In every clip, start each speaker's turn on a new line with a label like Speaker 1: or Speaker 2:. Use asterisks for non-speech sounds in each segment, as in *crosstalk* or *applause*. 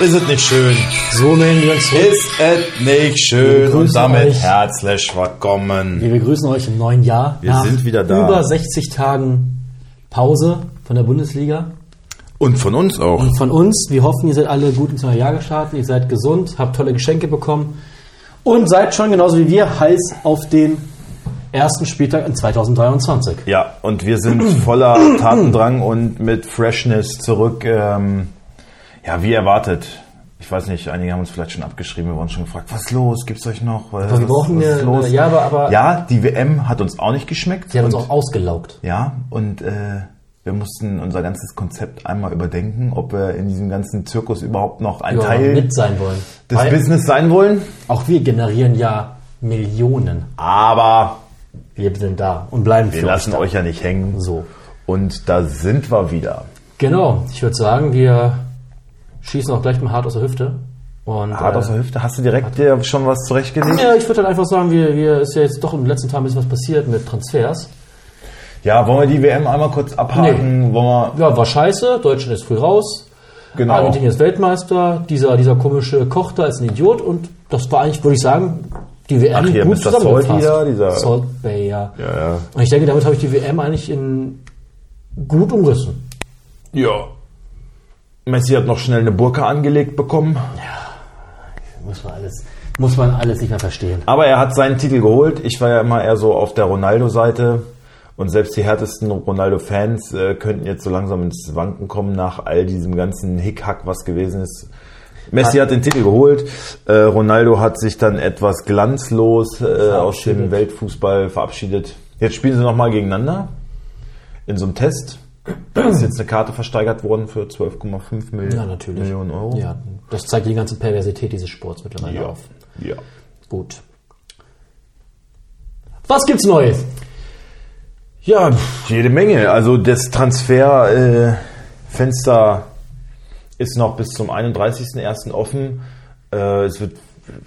Speaker 1: Ist es nicht schön?
Speaker 2: So melden wir uns zurück.
Speaker 1: Ist es nicht schön?
Speaker 2: Wir
Speaker 1: Und
Speaker 2: grüßen
Speaker 1: damit
Speaker 2: euch.
Speaker 1: herzlich willkommen.
Speaker 2: Wir begrüßen euch im neuen Jahr.
Speaker 1: Wir sind wieder da.
Speaker 2: Über 60 Tagen Pause von der Bundesliga.
Speaker 1: Und von uns auch.
Speaker 2: Und von uns, wir hoffen, ihr seid alle gut ins neue Jahr gestartet, ihr seid gesund, habt tolle Geschenke bekommen und seid schon genauso wie wir heiß auf den ersten Spieltag in 2023.
Speaker 1: Ja, und wir *clears throat* sind voller Tatendrang und mit Freshness zurück. Ähm, ja, wie erwartet. Ich weiß nicht, einige haben uns vielleicht schon abgeschrieben, wir wurden schon gefragt, was ist los, gibt's euch noch? Was,
Speaker 2: Also wir brauchen
Speaker 1: was
Speaker 2: eine- eine- ja, aber- aber-
Speaker 1: ja, die WM hat uns auch nicht geschmeckt.
Speaker 2: Die haben uns
Speaker 1: und,
Speaker 2: auch ausgelaugt.
Speaker 1: ja, und äh, wir mussten unser ganzes Konzept einmal überdenken, ob wir in diesem ganzen Zirkus überhaupt noch ein
Speaker 2: Ja,
Speaker 1: Teil
Speaker 2: mit sein wollen.
Speaker 1: des
Speaker 2: Weil
Speaker 1: Business sein wollen.
Speaker 2: auch wir generieren ja Millionen.
Speaker 1: Aber
Speaker 2: Wir sind da und bleiben
Speaker 1: wir lassen euch ja nicht hängen.
Speaker 2: So.
Speaker 1: Und da sind wir wieder.
Speaker 2: Genau, ich würde sagen, wir schießen auch gleich mal hart aus der Hüfte. Und,
Speaker 1: Hart
Speaker 2: äh,
Speaker 1: aus der Hüfte. Hast du direkt dir schon was zurechtgelegt?
Speaker 2: Ja, ich würde halt einfach sagen, wir, wir ist ja jetzt doch im letzten Tag ein bisschen was passiert mit Transfers.
Speaker 1: Ja, wollen wir die WM einmal kurz abhaken? Wollen wir,
Speaker 2: Ja, war scheiße, Deutschland ist früh raus,
Speaker 1: genau.
Speaker 2: Argentinien ist Weltmeister, dieser, dieser komische Koch da ist ein Idiot und das war eigentlich, würde ich sagen, die WM
Speaker 1: Ach, hier,
Speaker 2: gut
Speaker 1: Mr. Salt
Speaker 2: zusammengefasst.
Speaker 1: wieder, dieser-
Speaker 2: Salt Bay, ja.
Speaker 1: Ja, ja.
Speaker 2: Und ich denke, damit habe ich die WM eigentlich in gut umrissen.
Speaker 1: Ja. Messi hat noch schnell eine Burka angelegt bekommen.
Speaker 2: Muss man alles, muss man alles nicht mehr verstehen.
Speaker 1: Aber er hat seinen Titel geholt. Ich war ja immer eher so auf der Ronaldo-Seite. Und selbst die härtesten Ronaldo-Fans äh, könnten jetzt so langsam ins Wanken kommen nach all diesem ganzen Hickhack, was gewesen ist. Messi hat den Titel geholt. Äh, Ronaldo hat sich dann etwas glanzlos äh, aus dem
Speaker 2: Verabschiedet.
Speaker 1: Weltfußball verabschiedet. Jetzt spielen sie nochmal gegeneinander in so einem Test. Da ist jetzt eine Karte versteigert worden für 12,5 Millionen,
Speaker 2: Ja, natürlich.
Speaker 1: Millionen Euro.
Speaker 2: Ja, das zeigt die ganze Perversität dieses Sports mittlerweile
Speaker 1: ja.
Speaker 2: auf.
Speaker 1: ja.
Speaker 2: Gut. Was gibt's Neues?
Speaker 1: Ja, pf, jede Menge. Also das Transferfenster äh, Fenster ist noch bis zum 31.01. offen. Äh, es wird,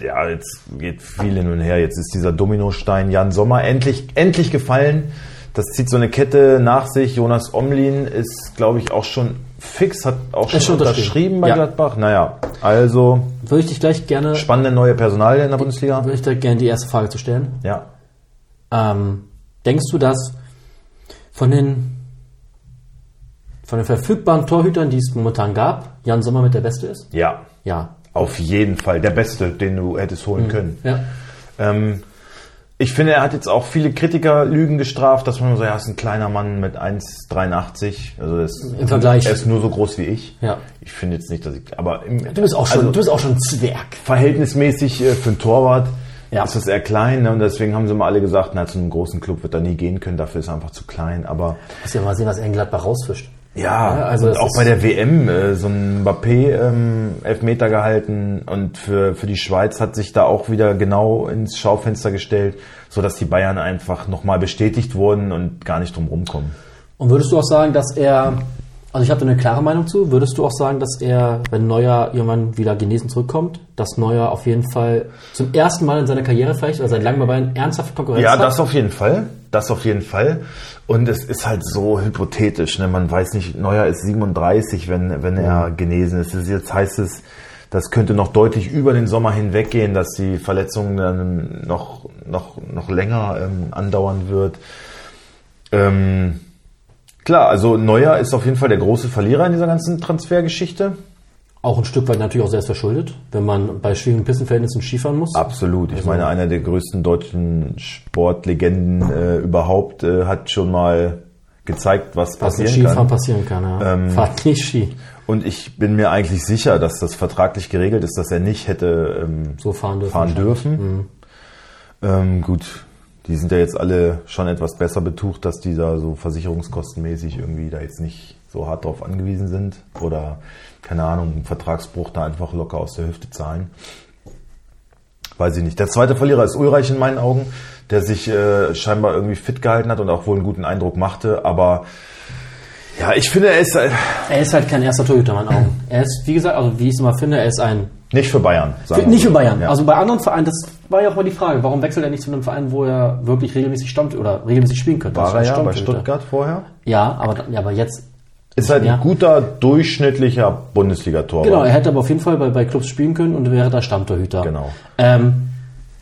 Speaker 1: ja, jetzt geht viel hin und her. Jetzt ist dieser Dominostein Jan Sommer endlich, endlich gefallen. Das zieht so eine Kette nach sich. Jonas Omlin ist, glaube ich, auch schon fix, hat auch schon,
Speaker 2: schon unterschrieben.
Speaker 1: unterschrieben bei
Speaker 2: Ja.
Speaker 1: Gladbach. Naja, also
Speaker 2: Würde ich dich gleich gerne,
Speaker 1: spannende neue Personalien in der Bundesliga.
Speaker 2: würde ich dir gerne die erste Frage zu stellen.
Speaker 1: Ja.
Speaker 2: Ähm, denkst du, dass von den, von den verfügbaren Torhütern, die es momentan gab, Jan Sommer mit der Beste ist?
Speaker 1: Ja.
Speaker 2: Ja.
Speaker 1: Auf jeden Fall. Der Beste, den du hättest holen können.
Speaker 2: Mhm. Ja.
Speaker 1: Ähm, ich finde, er hat jetzt auch viele Kritiker Lügen gestraft, dass man so, ja, ist ein kleiner Mann mit 1,83. Also das,
Speaker 2: Im Vergleich.
Speaker 1: Er ist nur so groß wie ich.
Speaker 2: Ja.
Speaker 1: Ich finde jetzt nicht, dass ich. Aber im,
Speaker 2: Du bist auch schon,
Speaker 1: also
Speaker 2: du bist auch schon ein Zwerg.
Speaker 1: verhältnismäßig äh, für einen Torwart
Speaker 2: Ja.
Speaker 1: ist das eher klein. Ne? Und deswegen haben sie mal alle gesagt, na, zu einem großen Club wird er nie gehen können, dafür ist er einfach zu klein. Aber
Speaker 2: Muss ja mal sehen, was er in Gladbach rausfischt.
Speaker 1: ja,
Speaker 2: Ja, also
Speaker 1: und
Speaker 2: das
Speaker 1: auch
Speaker 2: ist-
Speaker 1: bei der WM äh, so ein Mbappé ähm, Elfmeter gehalten und für, für die Schweiz hat sich da auch wieder genau ins Schaufenster gestellt, so dass die Bayern einfach nochmal bestätigt wurden und gar nicht drum rumkommen.
Speaker 2: Und würdest du auch sagen, dass er, also ich habe da eine klare Meinung zu, würdest du auch sagen, dass er, wenn Neuer irgendwann wieder genesen zurückkommt, dass Neuer auf jeden Fall zum ersten Mal in seiner Karriere vielleicht oder seit langem bei Bayern ernsthaft Konkurrenz
Speaker 1: Ja,
Speaker 2: hat?
Speaker 1: das auf jeden Fall. Das auf jeden Fall. Und es ist halt so hypothetisch. Ne? Man weiß nicht, Neuer ist 37, wenn, wenn er
Speaker 2: Mhm.
Speaker 1: genesen ist. Es ist- Jetzt heißt es, das könnte noch deutlich über den Sommer hinweggehen, dass die Verletzung dann noch, noch, noch länger ähm, andauern wird. Ähm, klar, also Neuer ist auf jeden Fall der große Verlierer in dieser ganzen Transfergeschichte.
Speaker 2: Auch ein Stück weit natürlich auch selbst verschuldet, wenn man bei schwierigen Pissenverhältnissen Skifahren muss.
Speaker 1: Absolut. Ich meine, einer der größten deutschen Sportlegenden äh, überhaupt äh, hat schon mal gezeigt, was
Speaker 2: Was mit
Speaker 1: passieren
Speaker 2: Skifahren
Speaker 1: kann. Ähm,
Speaker 2: passieren kann, ja. Fahrt nicht Ski.
Speaker 1: Und ich bin mir eigentlich sicher, dass das vertraglich geregelt ist, dass er nicht hätte ähm,
Speaker 2: So fahren dürfen.
Speaker 1: fahren dürfen.
Speaker 2: Mhm.
Speaker 1: Ähm, gut, die sind ja jetzt alle schon etwas besser betucht, dass die da so versicherungskostenmäßig irgendwie da jetzt nicht so hart drauf angewiesen sind oder keine Ahnung, einen Vertragsbruch da einfach locker aus der Hüfte zahlen. Weiß ich nicht. Der zweite Verlierer ist Ulreich in meinen Augen, der sich äh, scheinbar irgendwie fit gehalten hat und auch wohl einen guten Eindruck machte, aber ja, ich finde, er ist äh,
Speaker 2: Er ist halt kein erster Torhüter, in
Speaker 1: *laughs*
Speaker 2: meinen Augen. Er ist, wie gesagt, also wie ich es immer finde, er ist ein
Speaker 1: nicht für Bayern. sagen wir
Speaker 2: Nicht
Speaker 1: so.
Speaker 2: für Bayern.
Speaker 1: Ja.
Speaker 2: Also bei anderen Vereinen, das war ja auch mal die Frage, warum wechselt er nicht zu einem Verein, wo er wirklich regelmäßig stammt oder regelmäßig spielen könnte?
Speaker 1: war
Speaker 2: Also
Speaker 1: er
Speaker 2: als
Speaker 1: ja bei
Speaker 2: Stammtorhüter.
Speaker 1: Stuttgart vorher.
Speaker 2: Ja, aber, ja, aber jetzt
Speaker 1: Ist halt
Speaker 2: Ja.
Speaker 1: ein guter, durchschnittlicher Bundesliga-Torwart.
Speaker 2: Genau, er hätte aber auf jeden Fall bei, bei Clubs spielen können und wäre da Stammtorhüter.
Speaker 1: Genau.
Speaker 2: Ähm,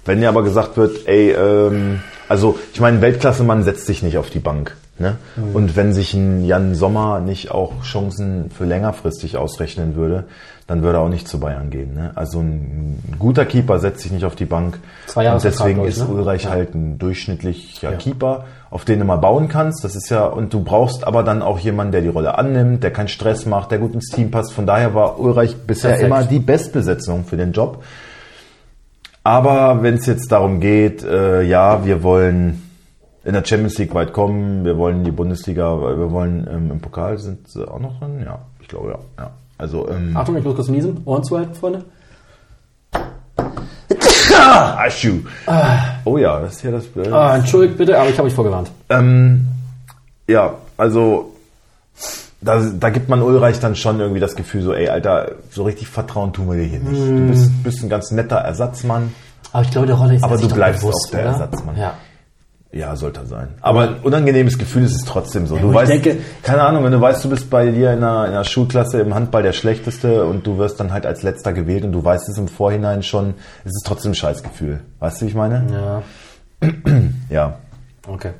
Speaker 1: Wenn ja aber gesagt wird, ey, ähm, also ich meine, Weltklasse-Mann setzt sich nicht auf die Bank. Ne?
Speaker 2: Mhm.
Speaker 1: Und wenn sich ein Jan Sommer nicht auch Chancen für längerfristig ausrechnen würde, dann würde er auch nicht zu Bayern gehen. Ne? Also ein guter Keeper setzt sich nicht auf die Bank.
Speaker 2: Zwei Jahre
Speaker 1: und deswegen
Speaker 2: Vertrag,
Speaker 1: ist
Speaker 2: glaub ich, ne?
Speaker 1: Ulreich halt ein durchschnittlicher Keeper, auf den du mal bauen kannst. Das ist ja, und du brauchst aber dann auch jemanden, der die Rolle annimmt, der keinen Stress macht, der gut ins Team passt. Von daher war Ulreich bisher
Speaker 2: Perfekt.
Speaker 1: immer die Bestbesetzung für den Job. Aber wenn es jetzt darum geht, äh, ja, wir wollen in der Champions League weit kommen, wir wollen die Bundesliga, wir wollen ähm, im Pokal sind sie auch noch drin, ja, ich glaube ja. ja. Also
Speaker 2: *coughs*
Speaker 1: ähm,
Speaker 2: Achtung, ich muss kurz niesen. Ohren zu halten, Freunde.
Speaker 1: ah, Schuh. oh ja, das ist ja das. Äh,
Speaker 2: Ah, entschuldigt bitte, aber ich habe mich vorgewarnt.
Speaker 1: Ähm, ja, also da, da gibt man Ulreich dann schon irgendwie das Gefühl, so, ey, Alter, so richtig Vertrauen tun wir dir hier nicht. Du
Speaker 2: Mhm.
Speaker 1: bist, bist ein ganz netter Ersatzmann.
Speaker 2: Aber ich glaube, der Rolle ist
Speaker 1: Aber
Speaker 2: er sich
Speaker 1: du
Speaker 2: doch
Speaker 1: bleibst
Speaker 2: bewusst,
Speaker 1: auch der
Speaker 2: oder?
Speaker 1: Ersatzmann.
Speaker 2: Ja.
Speaker 1: Ja, sollte er sein. Aber ein unangenehmes Gefühl ist es trotzdem so. Du
Speaker 2: gut, ich
Speaker 1: weißt,
Speaker 2: denke-
Speaker 1: keine Ahnung, wenn du weißt, du bist bei dir in einer, in einer Schulklasse im Handball der Schlechteste und du wirst dann halt als Letzter gewählt und du weißt es im Vorhinein schon, es ist trotzdem ein Scheißgefühl. Weißt du, wie ich meine?
Speaker 2: Ja,
Speaker 1: Ja.
Speaker 2: okay.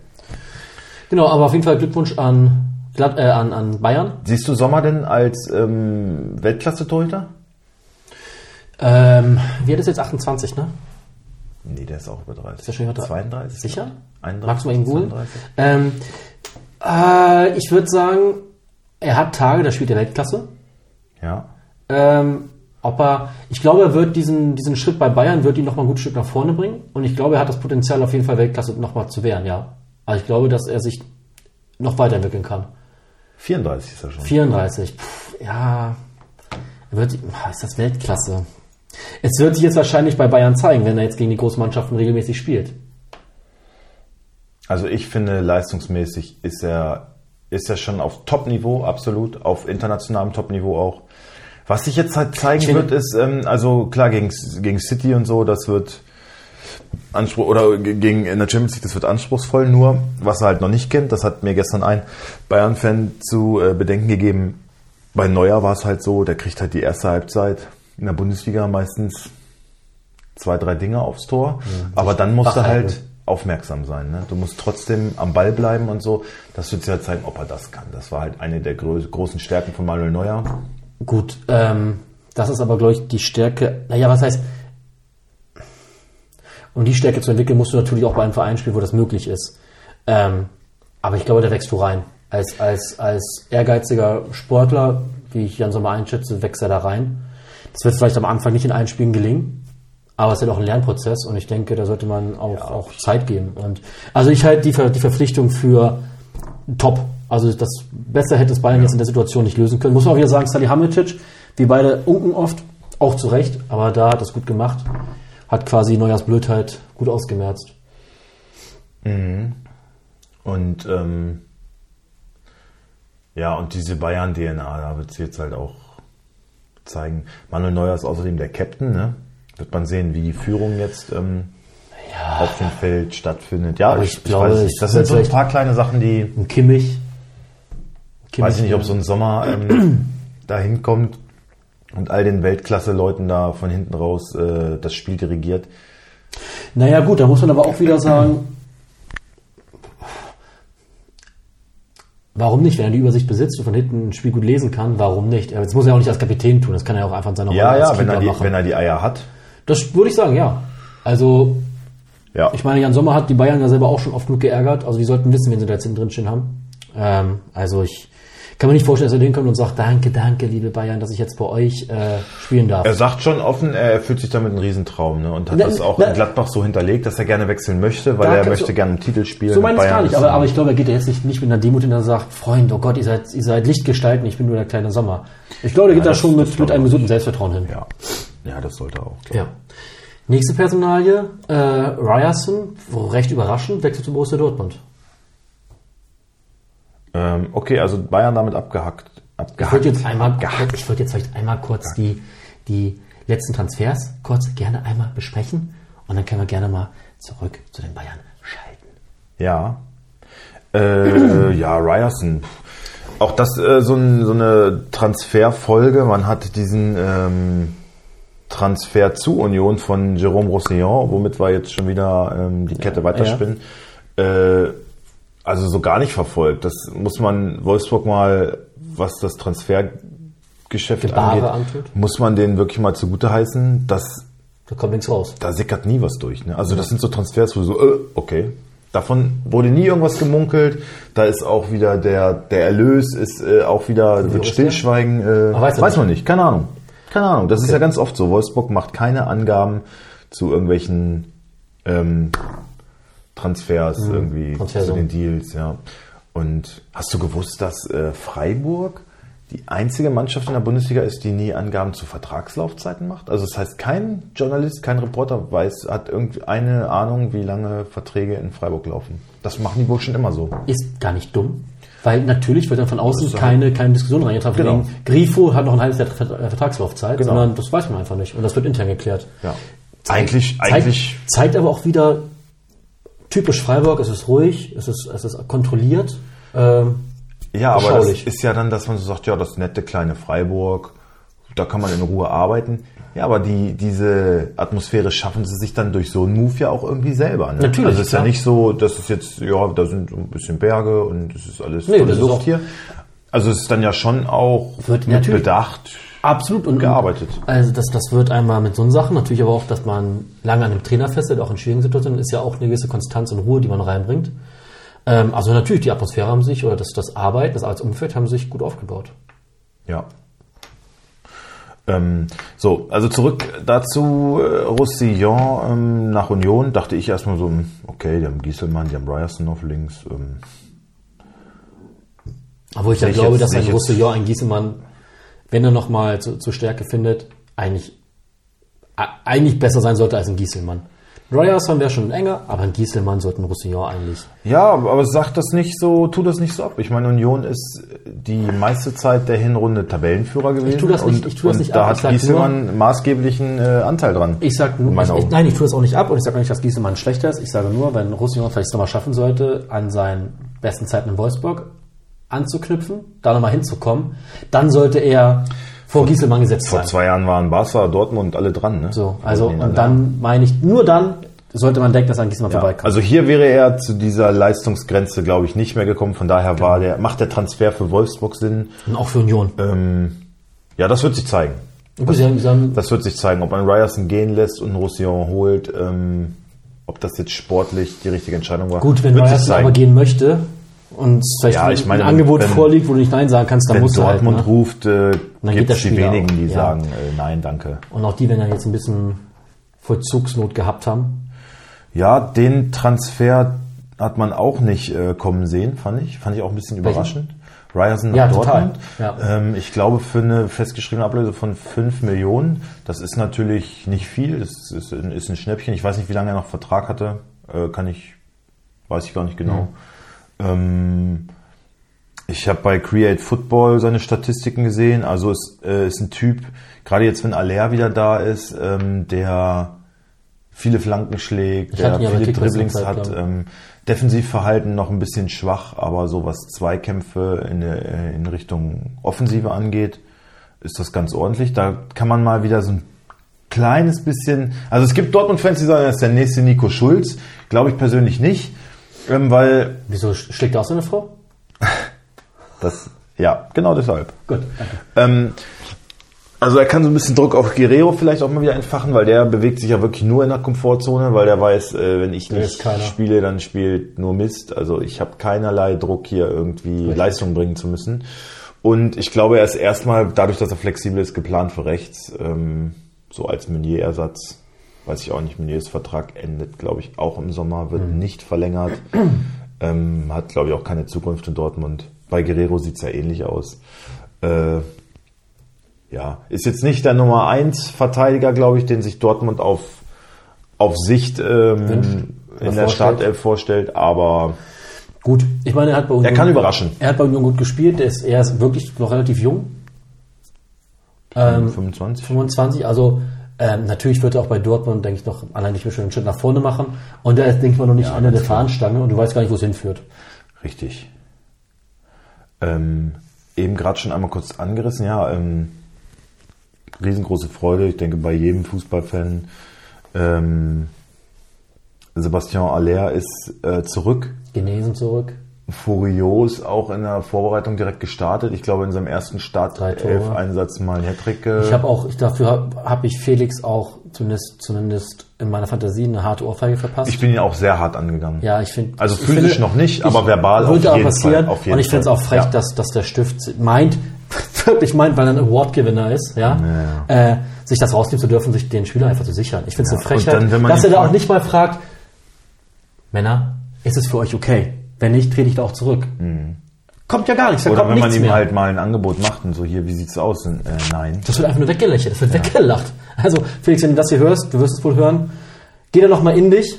Speaker 2: Genau, aber auf jeden Fall Glückwunsch an, Glad äh, an, an Bayern.
Speaker 1: Siehst du Sommer denn als ähm, Weltklasse-Torhüter?
Speaker 2: Ähm, wie hat es jetzt 28, ne?
Speaker 1: Nee, der ist auch über 30. Ist
Speaker 2: der schon über 30?
Speaker 1: 32?
Speaker 2: Sicher?
Speaker 1: 31,
Speaker 2: Magst du mal eben googeln?
Speaker 1: 32?
Speaker 2: Ähm, äh, ich würde sagen, er hat Tage, da spielt er Weltklasse.
Speaker 1: Ja.
Speaker 2: Ähm, ob er, ich glaube, er wird diesen, diesen Schritt bei Bayern, wird ihn nochmal ein gutes Stück nach vorne bringen. Und ich glaube, er hat das Potenzial, auf jeden Fall Weltklasse nochmal zu werden, ja. Also ich glaube, dass er sich noch weiterentwickeln kann.
Speaker 1: 34 ist er schon.
Speaker 2: 34, pff, ja. Er wird, ah, ist das Weltklasse. Es wird sich jetzt wahrscheinlich bei Bayern zeigen, wenn er jetzt gegen die großen Mannschaften regelmäßig spielt.
Speaker 1: Also ich finde, leistungsmäßig ist er, ist er schon auf Top-Niveau, absolut, auf internationalem Top-Niveau auch. Was sich jetzt halt zeigen
Speaker 2: finde-
Speaker 1: wird, ist, ähm, also klar, gegen, gegen City und so, das wird Anspruch, oder ge- gegen in der Champions League, das wird anspruchsvoll, nur was er halt noch nicht kennt, das hat mir gestern ein Bayern-Fan zu äh, bedenken gegeben. Bei Neuer war es halt so, der kriegt halt die erste Halbzeit in der Bundesliga meistens zwei, drei Dinge aufs Tor, aber dann musst du
Speaker 2: wachhalten.
Speaker 1: halt aufmerksam sein. Ne? Du musst trotzdem am Ball bleiben und so. Das wird sich halt zeigen, ob er das kann. Das war halt eine der grö- großen Stärken von Manuel Neuer.
Speaker 2: Gut, ähm, das ist aber, glaube ich, die Stärke. Naja, was heißt, um die Stärke zu entwickeln, musst du natürlich auch bei einem Verein spielen, wo das möglich ist. Ähm, aber ich glaube, da wächst du rein. Als, als, als ehrgeiziger Sportler, wie ich Jan Sommer einschätze, wächst er da rein. Das wird vielleicht am Anfang nicht in allen Spielen gelingen, aber es ist ja auch ein Lernprozess und ich denke, da sollte man auch, auch Zeit geben. Und, also ich halte die, Ver, die Verpflichtung für top. Also das besser hätte es Bayern jetzt in der Situation nicht lösen können. Muss man auch wieder sagen, Salihamidzic, wie beide unken oft, auch zu Recht, aber da hat es gut gemacht. Hat quasi Neuers Blödheit gut ausgemerzt.
Speaker 1: Und ähm, ja, und diese Bayern-DNA, da wird sie jetzt halt auch zeigen. Manuel Neuer ist außerdem der Captain, ne? Wird man sehen, wie die Führung jetzt ähm, auf dem Feld stattfindet. Ja,
Speaker 2: Aber ich glaube,
Speaker 1: es
Speaker 2: es
Speaker 1: nicht. Das sind
Speaker 2: sind
Speaker 1: so ein
Speaker 2: vielleicht-
Speaker 1: paar kleine Sachen, die
Speaker 2: Und Kimmich. Kimmich
Speaker 1: weiß ich nicht, ob so ein Sommer ähm,
Speaker 2: *clears throat*
Speaker 1: da hinkommt und all den Weltklasse-Leuten da von hinten raus äh, das Spiel dirigiert.
Speaker 2: Naja, gut, da muss man aber auch wieder sagen, warum nicht? Wenn er die Übersicht besitzt und von hinten ein Spiel gut lesen kann, warum nicht? Aber Jetzt muss er auch nicht als Kapitän tun, das kann er auch einfach in seiner
Speaker 1: Ja,
Speaker 2: als
Speaker 1: ja, wenn er,
Speaker 2: Keeper
Speaker 1: die,
Speaker 2: machen.
Speaker 1: wenn er die Eier hat.
Speaker 2: das würde ich sagen, ja. Also,
Speaker 1: Ja,
Speaker 2: ich meine, Jan Sommer hat die Bayern ja selber auch schon oft genug geärgert, also die sollten wissen, wenn sie da jetzt hinten drin stehen haben. Ähm, also ich kann mir nicht vorstellen, dass er hinkommt und sagt, danke, danke, liebe Bayern, dass ich jetzt bei euch äh, spielen darf.
Speaker 1: Er sagt schon offen, er fühlt sich damit einen Riesentraum ne? und hat
Speaker 2: Na,
Speaker 1: das auch
Speaker 2: na,
Speaker 1: in Gladbach so hinterlegt, dass er gerne wechseln möchte, weil
Speaker 2: Da
Speaker 1: er
Speaker 2: kannst
Speaker 1: möchte
Speaker 2: du-
Speaker 1: gerne einen Titel spielen.
Speaker 2: So meine ich
Speaker 1: Bayern
Speaker 2: gar nicht,
Speaker 1: ist
Speaker 2: aber,
Speaker 1: ein-
Speaker 2: aber ich glaube, er geht ja jetzt nicht, nicht mit einer Demut hin und sagt, Freund, oh Gott, ihr seid, ihr seid Lichtgestalten, ich bin nur der kleine Sommer. Ich glaube, er geht da
Speaker 1: das-
Speaker 2: schon
Speaker 1: das
Speaker 2: mit,
Speaker 1: glaube
Speaker 2: mit einem
Speaker 1: ich.
Speaker 2: gesunden Selbstvertrauen hin.
Speaker 1: ja. ja, das sollte er auch. glaub ich.
Speaker 2: Ja. Nächste Personalie, äh, Ryerson, wo recht überraschend, wechselt zu Borussia Dortmund.
Speaker 1: Ähm, okay, also Bayern damit abgehackt.
Speaker 2: Ich würde
Speaker 1: abgehackt.
Speaker 2: jetzt einmal, ich würde jetzt vielleicht einmal kurz die, die letzten Transfers kurz gerne einmal besprechen und dann können wir gerne mal zurück zu den Bayern schalten.
Speaker 1: Ja. Äh, ja, Ryerson. Pff. auch das äh, so, ein, so eine Transferfolge. Man hat diesen ähm, Transfer zu Union von Jerome Roussillon, womit wir jetzt schon wieder ähm, die Kette weiterspinnen, äh, also so gar nicht verfolgt. Das muss man Wolfsburg mal, was das Transfergeschäft
Speaker 2: Gebare
Speaker 1: angeht,
Speaker 2: antut.
Speaker 1: muss man denen wirklich mal zugute heißen, dass
Speaker 2: Da kommt nichts raus.
Speaker 1: da sickert nie was durch. Ne? Also das sind so Transfers, wo du so, äh, okay. Davon wurde nie irgendwas gemunkelt. Da ist auch wieder der, der Erlös, ist äh, auch wieder, wird
Speaker 2: ist
Speaker 1: stillschweigen. Äh,
Speaker 2: Ah,
Speaker 1: weiß
Speaker 2: weiß er
Speaker 1: weiß man nicht, keine Ahnung. Keine Ahnung, das ist ja ganz oft so. Wolfsburg macht keine Angaben zu irgendwelchen ähm, Transfers irgendwie, zu den
Speaker 2: Transfersummen.
Speaker 1: Deals, ja. Und hast du gewusst, dass äh, Freiburg die einzige Mannschaft in der Bundesliga ist, die nie Angaben zu Vertragslaufzeiten macht? Also das heißt, kein Journalist, kein Reporter weiß, hat irgendeine Ahnung, wie lange Verträge in Freiburg laufen. Das machen die wohl schon immer so.
Speaker 2: Ist gar nicht dumm. Weil natürlich wird dann von außen
Speaker 1: Das ist
Speaker 2: keine, keine Diskussion reingetragen.
Speaker 1: Genau.
Speaker 2: Genau. Grifo hat noch ein halbes Jahr Vert- äh, Vertragslaufzeit,
Speaker 1: Genau.
Speaker 2: sondern das weiß man einfach nicht. Und das wird intern geklärt.
Speaker 1: Ja. Eigentlich,
Speaker 2: Zeigt,
Speaker 1: eigentlich
Speaker 2: zeigt aber auch wieder typisch Freiburg, es ist ruhig, es ist, es ist kontrolliert. Ähm,
Speaker 1: Ja, aber das
Speaker 2: Beschaulich.
Speaker 1: ist ja dann, dass man so sagt, ja, das nette kleine Freiburg, da kann man in Ruhe arbeiten. Ja, aber die, diese Atmosphäre schaffen sie sich dann durch so einen Move ja auch irgendwie selber. Ne?
Speaker 2: Natürlich,
Speaker 1: Also es ist ja
Speaker 2: klar.
Speaker 1: nicht so, dass es jetzt, ja, da sind so ein bisschen Berge und es ist alles
Speaker 2: Nee,
Speaker 1: tolle
Speaker 2: das ist
Speaker 1: Luft
Speaker 2: auch-
Speaker 1: hier. Also es ist dann ja schon auch
Speaker 2: Wird
Speaker 1: mit
Speaker 2: natürlich-
Speaker 1: Bedacht.
Speaker 2: Absolut und
Speaker 1: gearbeitet.
Speaker 2: Also das, das wird einmal mit so Sachen, natürlich aber auch, dass man lange an einem Trainer festhält, auch in schwierigen Situationen, ist ja auch eine gewisse Konstanz und Ruhe, die man reinbringt. Ähm, also natürlich, die Atmosphäre haben sich, oder das, das Arbeiten, das Arbeitsumfeld haben sich gut aufgebaut.
Speaker 1: Ja. Ähm, so, also zurück dazu, äh, Roussillon ähm, nach Union, dachte ich erstmal so, hm, okay, die haben Gieselmann, die haben Ryerson auf links. Ähm,
Speaker 2: Obwohl ich ja
Speaker 1: Sehe ich
Speaker 2: glaube,
Speaker 1: jetzt-
Speaker 2: dass
Speaker 1: sehe ich
Speaker 2: ein
Speaker 1: jetzt-
Speaker 2: Roussillon, ein Gießemann, wenn er nochmal zu, zur Stärke findet, eigentlich, a- eigentlich besser sein sollte als ein Gieselmann. Royerson wäre schon enger, aber ein Gieselmann sollte ein Roussillon eigentlich.
Speaker 1: Ja, aber sag das nicht so, tu das nicht so ab. Ich meine, Union ist die meiste Zeit der Hinrunde Tabellenführer gewesen.
Speaker 2: tu das nicht-
Speaker 1: und,
Speaker 2: ich tu das
Speaker 1: und
Speaker 2: nicht
Speaker 1: da
Speaker 2: ab, ich
Speaker 1: hat
Speaker 2: sag
Speaker 1: Gieselmann maßgeblichen äh, Anteil dran.
Speaker 2: Ich sag
Speaker 1: In
Speaker 2: nur,
Speaker 1: meinen
Speaker 2: ich, ich,
Speaker 1: Augen.
Speaker 2: nein, ich tue es auch nicht ab und ich sage nicht, dass Giesemann schlechter ist. Ich sage nur, wenn Roussillon vielleicht es nochmal schaffen sollte, an seinen besten Zeiten in Wolfsburg anzuknüpfen, da nochmal hinzukommen, dann sollte er vor Gieselmann gesetzt
Speaker 1: Vor
Speaker 2: sein.
Speaker 1: zwei Jahren waren Barca, Dortmund alle dran. Ne?
Speaker 2: So, also
Speaker 1: Nee,
Speaker 2: und
Speaker 1: alle.
Speaker 2: dann meine ich, nur dann sollte man denken, dass er an Gieselmann
Speaker 1: Ja,
Speaker 2: vorbeikommt.
Speaker 1: also hier wäre er zu dieser Leistungsgrenze, glaube ich, nicht mehr gekommen. Von daher war der, macht der Transfer für Wolfsburg Sinn.
Speaker 2: und auch für Union.
Speaker 1: Ja, das wird sich zeigen.
Speaker 2: Äh, Gut, Sie haben gesagt,
Speaker 1: Das wird sich zeigen, ob man Ryerson gehen lässt und Roussillon holt. Ähm, ob das jetzt sportlich die richtige Entscheidung war.
Speaker 2: gut, wenn
Speaker 1: Wird sich
Speaker 2: Neuersten
Speaker 1: zeigen.
Speaker 2: aber gehen möchte und es vielleicht
Speaker 1: Ja, ich meine,
Speaker 2: ein Angebot
Speaker 1: wenn-
Speaker 2: vorliegt, wo du nicht Nein sagen kannst, dann
Speaker 1: Wenn
Speaker 2: musst du halt.
Speaker 1: Dortmund
Speaker 2: Ne?
Speaker 1: ruft, äh,
Speaker 2: Dann
Speaker 1: gibt
Speaker 2: geht der
Speaker 1: es die
Speaker 2: Spieler
Speaker 1: wenigen,
Speaker 2: auch,
Speaker 1: die
Speaker 2: ja.
Speaker 1: sagen, äh, nein, danke.
Speaker 2: Und auch die, wenn er jetzt ein bisschen Vollzugsnot gehabt haben.
Speaker 1: Ja, den Transfer hat man auch nicht äh, kommen sehen, fand ich. Fand ich auch ein bisschen überraschend. Ryerson nach
Speaker 2: Ja, total.
Speaker 1: Dortmund.
Speaker 2: Ja.
Speaker 1: Ähm, ich glaube, für eine festgeschriebene Ablöse von 5 Millionen, das ist natürlich nicht viel. Das ist, ein- ist ein Schnäppchen. Ich weiß nicht, wie lange er noch Vertrag hatte. Äh, kann ich, weiß ich gar nicht genau.
Speaker 2: Mhm.
Speaker 1: Ähm, ich habe bei Create Football seine Statistiken gesehen. Also es äh, ist ein Typ, gerade jetzt, wenn Aller wieder da ist, ähm, der viele Flanken schlägt, der
Speaker 2: hatte ihn ja bei
Speaker 1: viele
Speaker 2: Kickbase
Speaker 1: Dribblings
Speaker 2: eine Zeit
Speaker 1: hat,
Speaker 2: lang.
Speaker 1: ähm, Defensivverhalten noch ein bisschen schwach, aber so was Zweikämpfe in, äh, in Richtung Offensive angeht, ist das ganz ordentlich. Da kann man mal wieder so ein kleines bisschen. Also es gibt Dortmund-Fans, die sagen, das ist der nächste Nico Schulz. Glaube ich persönlich nicht, ähm, weil
Speaker 2: Wieso schlägt er auch so eine Frau?
Speaker 1: das ja genau deshalb.
Speaker 2: Gut.
Speaker 1: Ähm, also er kann so ein bisschen Druck auf Guerrero vielleicht auch mal wieder entfachen, weil der bewegt sich ja wirklich nur in der Komfortzone, weil der weiß, äh, wenn ich
Speaker 2: ist
Speaker 1: nicht
Speaker 2: keiner.
Speaker 1: spiele, dann spielt nur Mist. Also ich habe keinerlei Druck hier irgendwie Leistung bringen zu müssen. Und ich glaube, er ist erstmal, dadurch, dass er flexibel ist, geplant für rechts, ähm, so als Meunier-Ersatz. Weiß ich auch nicht, Meuniers Vertrag endet, glaube ich, auch im Sommer, wird
Speaker 2: Mhm.
Speaker 1: nicht
Speaker 2: *clears throat*
Speaker 1: verlängert. Ähm, hat, glaube ich, auch keine Zukunft in Dortmund. Bei Guerrero sieht es ja ähnlich aus. Äh, ja, ist jetzt nicht der Nummer 1 Verteidiger, glaube ich, den sich Dortmund auf, auf Sicht
Speaker 2: Wünscht.
Speaker 1: ähm, in der
Speaker 2: Oder vorstellt.
Speaker 1: Startelf vorstellt, aber
Speaker 2: Gut. Ich meine, er hat bei Union.
Speaker 1: er kann überraschen.
Speaker 2: Er hat bei Union gut gespielt. Er ist, er ist wirklich noch relativ jung. Ähm,
Speaker 1: 25.
Speaker 2: 25. Also ähm, natürlich wird er auch bei Dortmund, denke ich, noch allein nicht mehr schon einen Schritt nach vorne machen. Und er ist, denke ich mal, noch nicht an der Fahnenstange und du weißt gar nicht, wo es hinführt.
Speaker 1: Richtig. Ähm, eben gerade schon einmal kurz angerissen. Ja, ähm, riesengroße Freude. Ich denke, bei jedem Fußballfan. Ähm, Sebastian Aller ist äh, zurück,
Speaker 2: Genesen zurück.
Speaker 1: furios auch in der Vorbereitung direkt gestartet. Ich glaube, in seinem ersten
Speaker 2: Drei Tore.
Speaker 1: Start-Elf-Einsatz mal einen Hattrick. äh,
Speaker 2: Ich habe auch, ich, dafür habe hab ich Felix auch zumindest, zumindest in meiner Fantasie eine harte Ohrfeige verpasst.
Speaker 1: Ich bin ihn auch sehr hart angegangen.
Speaker 2: ja, ich finde.
Speaker 1: Also
Speaker 2: ich
Speaker 1: physisch noch nicht, aber verbal
Speaker 2: würde
Speaker 1: auf
Speaker 2: auch
Speaker 1: jeden
Speaker 2: passieren.
Speaker 1: Fall, auf jeden
Speaker 2: und ich finde es
Speaker 1: Fall.
Speaker 2: auch frech,
Speaker 1: Ja.
Speaker 2: dass, dass der Stift meint, *laughs* wirklich meint, weil er ein Award-Gewinner ist, ja, Äh, sich das rausnehmen zu dürfen, sich den Spieler einfach zu sichern. Ich finde es
Speaker 1: Ja,
Speaker 2: eine Frechheit,
Speaker 1: und dann, wenn man
Speaker 2: dass
Speaker 1: ihn
Speaker 2: er da auch
Speaker 1: fragt-
Speaker 2: nicht mal fragt, Männer, ist es für euch okay? Wenn nicht, trete ich da auch zurück. Kommt ja gar nichts, da
Speaker 1: Mhm. Oder
Speaker 2: kommt
Speaker 1: wenn man
Speaker 2: nichts
Speaker 1: ihm
Speaker 2: mehr.
Speaker 1: halt mal ein Angebot macht und so, hier, wie sieht's aus? Und, äh, nein.
Speaker 2: Das wird einfach nur weggelächelt, das wird weggelacht. Also, Felix, wenn du das hier hörst, du wirst es wohl hören, geh da nochmal in dich,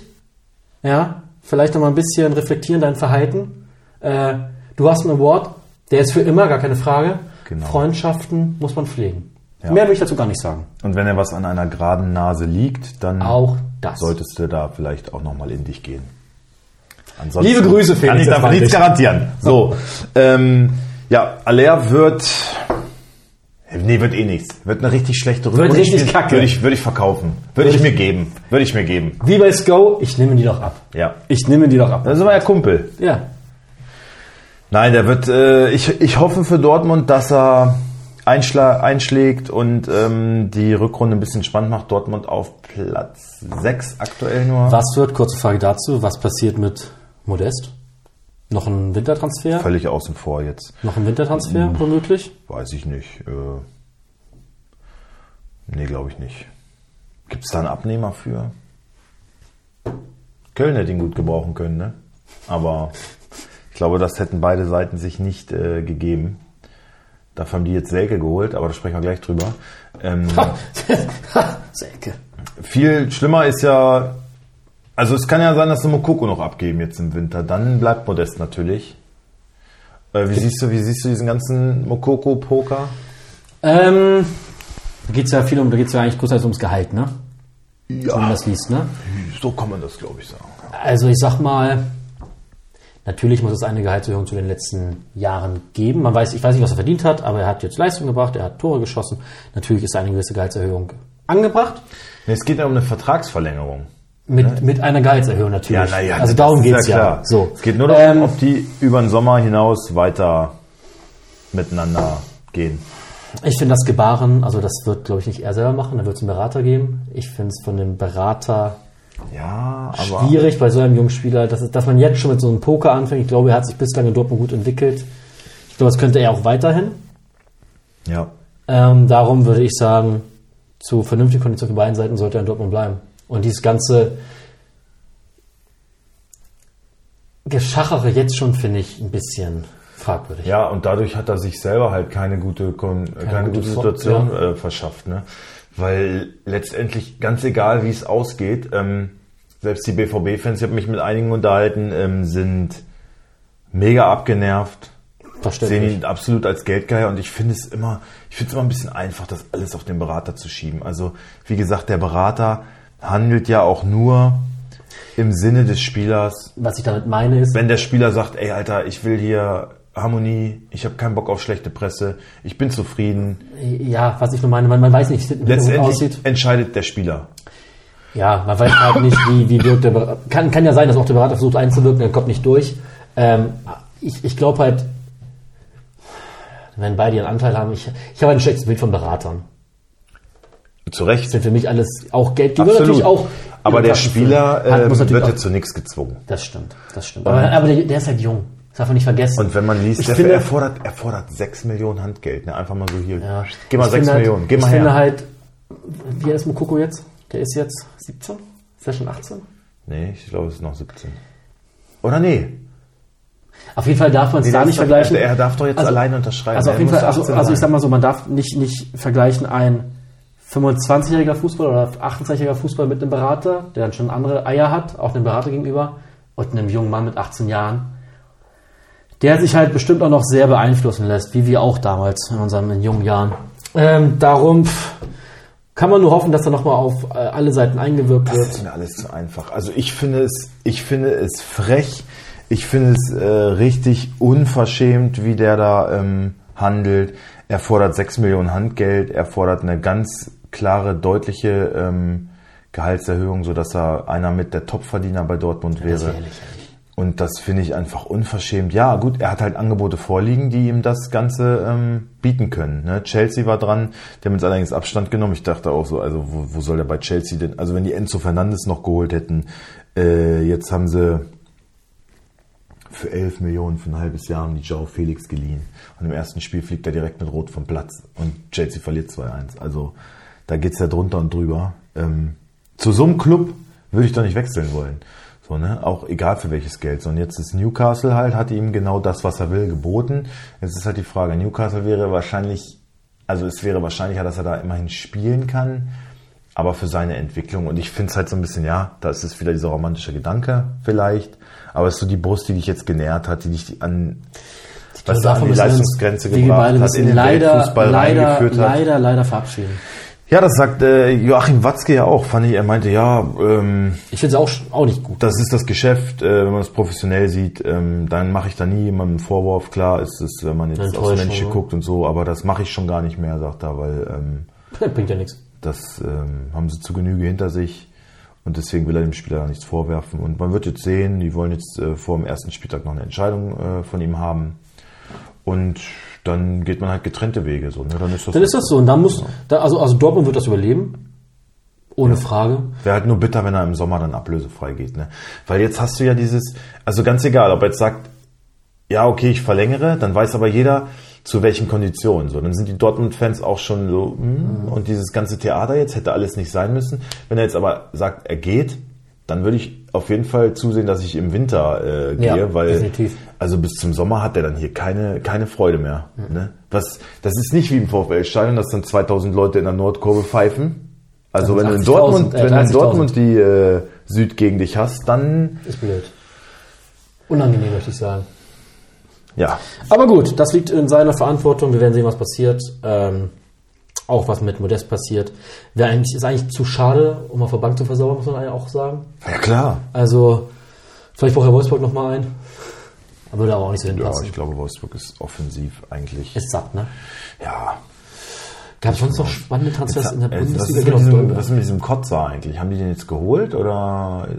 Speaker 2: ja, vielleicht nochmal ein bisschen reflektieren dein Verhalten. Äh, du hast einen Award, der ist für immer, gar keine Frage.
Speaker 1: Genau.
Speaker 2: Freundschaften muss man pflegen.
Speaker 1: Ja.
Speaker 2: Mehr will ich dazu gar nicht sagen.
Speaker 1: Und wenn er was an einer geraden Nase liegt, dann
Speaker 2: Auch das.
Speaker 1: solltest du da vielleicht auch nochmal in dich gehen. Ansonsten
Speaker 2: Liebe Grüße, Felix,
Speaker 1: Kann ich
Speaker 2: das
Speaker 1: davon
Speaker 2: meinte
Speaker 1: nichts
Speaker 2: ich.
Speaker 1: garantieren. So, ähm, ja, Aller wird... Nee, wird eh nichts. Wird eine richtig schlechte Runde. Würde ich
Speaker 2: richtig
Speaker 1: mir-
Speaker 2: kacke.
Speaker 1: Würde ich, würde ich verkaufen. Würde ich mir geben. Würde ich mir geben.
Speaker 2: Wie bei Sko, ich nehme die doch ab.
Speaker 1: Ja.
Speaker 2: Ich nehme die doch ab.
Speaker 1: Dann sind wir ja Kumpel.
Speaker 2: Ja.
Speaker 1: Nein, der wird. Äh, ich, ich hoffe für Dortmund, dass er einschla einschlägt und ähm, die Rückrunde ein bisschen spannend macht. Dortmund auf Platz 6 aktuell nur.
Speaker 2: Was wird, kurze Frage dazu, was passiert mit Modest? Noch ein Wintertransfer?
Speaker 1: Völlig außen vor jetzt.
Speaker 2: Noch ein Wintertransfer,
Speaker 1: Mhm. *laughs*
Speaker 2: womöglich?
Speaker 1: Weiß ich nicht. Äh, nee, glaube ich nicht. Gibt es da einen Abnehmer für? Köln hätte ihn gut gebrauchen können, ne? Aber ich glaube, das hätten beide Seiten sich nicht äh, gegeben. Dafür haben die jetzt Selke geholt, aber da sprechen wir gleich drüber. Ähm,
Speaker 2: Säcke.
Speaker 1: Viel schlimmer ist ja, also es kann ja sein, dass sie Mokoko noch abgeben jetzt im Winter. Dann bleibt Modest natürlich. Äh, wie siehst du, wie siehst du diesen ganzen Mokoko-Poker?
Speaker 2: Ähm, da geht es ja viel um, da geht es ja eigentlich größtenteils ums Gehalt, ne? Wenn man
Speaker 1: Ja,
Speaker 2: das liest, ne?
Speaker 1: so kann man das, glaube ich, sagen.
Speaker 2: Also ich sag mal, natürlich muss es eine Gehaltserhöhung zu den letzten Jahren geben. Man weiß, ich weiß nicht, was er verdient hat, aber er hat jetzt Leistung gebracht, er hat Tore geschossen. Natürlich ist eine gewisse Gehaltserhöhung angebracht.
Speaker 1: Nee, es geht ja um eine Vertragsverlängerung.
Speaker 2: Mit, mit einer Gehaltserhöhung natürlich. also darum
Speaker 1: das ist
Speaker 2: geht es ja.
Speaker 1: klar.
Speaker 2: So.
Speaker 1: Es geht nur darum,
Speaker 2: ähm,
Speaker 1: ob die über den Sommer hinaus weiter miteinander gehen.
Speaker 2: Ich finde das Gebaren, also das wird, glaube ich, nicht er selber machen, da wird es einen Berater geben. Ich finde es von dem Berater
Speaker 1: Ja, aber
Speaker 2: schwierig bei so einem jungen Spieler, dass, es- dass man jetzt schon mit so einem Poker anfängt. Ich glaube, er hat sich bislang in Dortmund gut entwickelt. Ich glaube, das könnte er auch weiterhin.
Speaker 1: ja,
Speaker 2: Ähm, darum würde ich sagen, zu vernünftigen Konditionen für beiden Seiten sollte er in Dortmund bleiben. Und dieses ganze Geschachere jetzt schon finde ich ein bisschen fragwürdig.
Speaker 1: Ja, und dadurch hat er sich selber halt keine gute, Kon keine
Speaker 2: gute
Speaker 1: gute, Situation äh, verschafft, ne? Weil letztendlich, ganz egal wie es ausgeht, ähm, selbst die BVB-Fans, ich habe mich mit einigen unterhalten, ähm, sind mega abgenervt, sehen
Speaker 2: Verständlich.
Speaker 1: ihn absolut als Geldgeier und ich finde es immer, ich finde es immer ein bisschen einfach, das alles auf den Berater zu schieben. Also, wie gesagt, der Berater handelt ja auch nur im Sinne des Spielers
Speaker 2: Was ich damit meine ist,
Speaker 1: wenn der Spieler sagt, ey Alter, ich will hier Harmonie, ich habe keinen Bock auf schlechte Presse, ich bin zufrieden.
Speaker 2: ja, was ich nur meine, man, man weiß nicht, wie es
Speaker 1: Letztendlich entscheidet der Spieler.
Speaker 2: Ja, man weiß halt nicht, wie, wie wirkt der Berater. Kann, kann ja sein, dass auch der Berater versucht einzuwirken, dann kommt nicht durch. Ähm, ich ich glaube halt, wenn beide ihren Anteil haben, ich, ich habe ein schlechtes Bild von Beratern.
Speaker 1: Zu Recht.
Speaker 2: Sind für mich alles auch Geld, die würden
Speaker 1: Absolut.
Speaker 2: natürlich auch.
Speaker 1: Aber
Speaker 2: ihre
Speaker 1: der
Speaker 2: Taschen
Speaker 1: Spieler
Speaker 2: füllen. Hat-
Speaker 1: ähm,
Speaker 2: muss
Speaker 1: wird
Speaker 2: natürlich
Speaker 1: ja
Speaker 2: auch,
Speaker 1: zu nichts gezwungen.
Speaker 2: Das stimmt, das stimmt. Aber, aber der, der ist halt jung. Das darf man nicht vergessen.
Speaker 1: Und wenn man liest,
Speaker 2: ich
Speaker 1: der
Speaker 2: finde,
Speaker 1: er, fordert, er fordert 6 Millionen Handgeld. Ne? Einfach mal so hier.
Speaker 2: ja,
Speaker 1: Geh mal
Speaker 2: ich
Speaker 1: 6
Speaker 2: finde halt,
Speaker 1: Millionen, geh mal
Speaker 2: ich
Speaker 1: her.
Speaker 2: finde halt, wie alt ist Mukoko jetzt? Der ist jetzt 17? Ist der schon 18?
Speaker 1: nee, ich glaube, es ist noch 17. Oder nee.
Speaker 2: Auf jeden Fall darf man es
Speaker 1: Nee,
Speaker 2: da
Speaker 1: das
Speaker 2: nicht
Speaker 1: ist doch- also
Speaker 2: vergleichen.
Speaker 1: Er darf doch jetzt alleine unterschreiben.
Speaker 2: Also
Speaker 1: Er
Speaker 2: auf jeden
Speaker 1: muss
Speaker 2: Fall, also,
Speaker 1: 18
Speaker 2: also ich
Speaker 1: sein.
Speaker 2: sag mal so, man darf nicht, nicht vergleichen ein 25-jähriger Fußball oder 28-jähriger Fußball mit einem Berater, der dann schon andere Eier hat, auch einem Berater gegenüber, und einem jungen Mann mit 18 Jahren, der sich halt bestimmt auch noch sehr beeinflussen lässt, wie wir auch damals in unseren in jungen Jahren. Ähm, darum pff, kann man nur hoffen, dass er nochmal auf äh, alle Seiten eingewirkt
Speaker 1: Das
Speaker 2: wird.
Speaker 1: ist mir alles zu einfach. Also ich finde es, ich finde es frech. Ich finde es äh, richtig unverschämt, wie der da ähm, handelt. Er fordert 6 Millionen Handgeld. Er fordert eine ganz klare, deutliche ähm, Gehaltserhöhung, sodass er einer mit der Topverdiener bei Dortmund wäre.
Speaker 2: Das ist ehrlich.
Speaker 1: Und das finde ich einfach unverschämt. Ja, gut, er hat halt Angebote vorliegen, die ihm das Ganze ähm, bieten können. Ne? Chelsea war dran, die haben jetzt allerdings Abstand genommen. Ich dachte auch so, also wo, wo soll er bei Chelsea denn? Also wenn die Enzo Fernandes noch geholt hätten, äh, jetzt haben sie für 11 Millionen für ein halbes Jahr haben die Joao Felix geliehen. Und im ersten Spiel fliegt er direkt mit Rot vom Platz und Chelsea verliert 2-1. Also da geht's ja drunter und drüber. Ähm, zu so einem Club würde ich doch nicht wechseln wollen. So, ne? Auch egal für welches Geld. So, und jetzt ist Newcastle halt, hat ihm genau das, was er will, geboten. Jetzt ist halt die Frage, Newcastle wäre wahrscheinlich, also es wäre wahrscheinlicher, dass er da immerhin spielen kann, aber für seine Entwicklung. Und ich finde es halt so ein bisschen, ja, da ist es wieder dieser romantische Gedanke vielleicht, aber es ist so die Brust, die dich jetzt genährt hat, die dich an, was da an die Leistungsgrenze
Speaker 2: wir
Speaker 1: gebracht
Speaker 2: beide
Speaker 1: hat, in
Speaker 2: müssen
Speaker 1: den
Speaker 2: leider,
Speaker 1: Weltfußball
Speaker 2: leider,
Speaker 1: reingeführt hat.
Speaker 2: leider, leider verabschieden.
Speaker 1: Ja, das sagt äh, Joachim Watzke ja auch, fand ich. Er meinte, ja, ähm,
Speaker 2: Ich finde es auch, sch- auch nicht gut. *laughs*
Speaker 1: das ist das Geschäft, äh, wenn man es professionell sieht, ähm, dann mache ich da nie jemandem einen Vorwurf. Klar ist es, wenn man jetzt aufs
Speaker 2: Enttäuschung,
Speaker 1: Menschen
Speaker 2: ne?
Speaker 1: guckt und so, aber das mache ich schon gar nicht mehr, sagt er, weil ähm,
Speaker 2: Das bringt ja nichts.
Speaker 1: das ähm, haben sie zu Genüge hinter sich und deswegen will er dem Spieler da nichts vorwerfen. Und man wird jetzt sehen, die wollen jetzt äh, vor dem ersten Spieltag noch eine Entscheidung äh, von ihm haben und dann geht man halt getrennte Wege. So, ne? Dann ist das,
Speaker 2: Dann ist das so. Und dann muss, da, also, also Dortmund wird das überleben. Ohne Frage.
Speaker 1: Wäre halt nur bitter, wenn er im Sommer dann ablösefrei geht, ne? Weil jetzt hast du ja dieses, also ganz egal, ob er jetzt sagt, ja, okay, ich verlängere, dann weiß aber jeder, zu welchen Konditionen. So, dann sind die Dortmund-Fans auch schon so, hm,
Speaker 2: Mhm.
Speaker 1: und dieses ganze Theater jetzt hätte alles nicht sein müssen. Wenn er jetzt aber sagt, er geht, dann würde ich auf jeden Fall zusehen, dass ich im Winter äh, gehe,
Speaker 2: Ja,
Speaker 1: weil
Speaker 2: definitiv.
Speaker 1: also bis zum Sommer hat er dann hier keine, keine Freude mehr. Ne? Was, das ist nicht wie im VfL-Stadion, dass dann 2000 Leute in der Nordkurve pfeifen. Also wenn
Speaker 2: sind
Speaker 1: du in
Speaker 2: 80.000,
Speaker 1: Dortmund,
Speaker 2: äh,
Speaker 1: wenn du in
Speaker 2: 30.000.
Speaker 1: Dortmund die äh, Süd gegen dich hast, dann
Speaker 2: Ist blöd. Unangenehm, möchte ich sagen.
Speaker 1: ja.
Speaker 2: Aber gut, das liegt in seiner Verantwortung. Wir werden sehen, was passiert. Ähm, auch was mit Modest passiert. Wäre eigentlich, ist eigentlich zu schade, um auf der Bank zu versauern, muss man auch sagen.
Speaker 1: Ja klar.
Speaker 2: Also, vielleicht braucht Herr Wolfsburg nochmal einen. Da würde aber auch nicht so
Speaker 1: Ja,
Speaker 2: hinpassen.
Speaker 1: ich glaube, Wolfsburg ist offensiv eigentlich.
Speaker 2: ist satt, ne?
Speaker 1: ja.
Speaker 2: Gab es sonst noch spannende Transfers in der
Speaker 1: Jetzt, was,
Speaker 2: Bundesliga? Genau,
Speaker 1: ist
Speaker 2: Geht
Speaker 1: mit
Speaker 2: auf
Speaker 1: diesem,
Speaker 2: Dolber.
Speaker 1: was ist mit diesem Kotzer eigentlich? Haben die den jetzt geholt oder äh,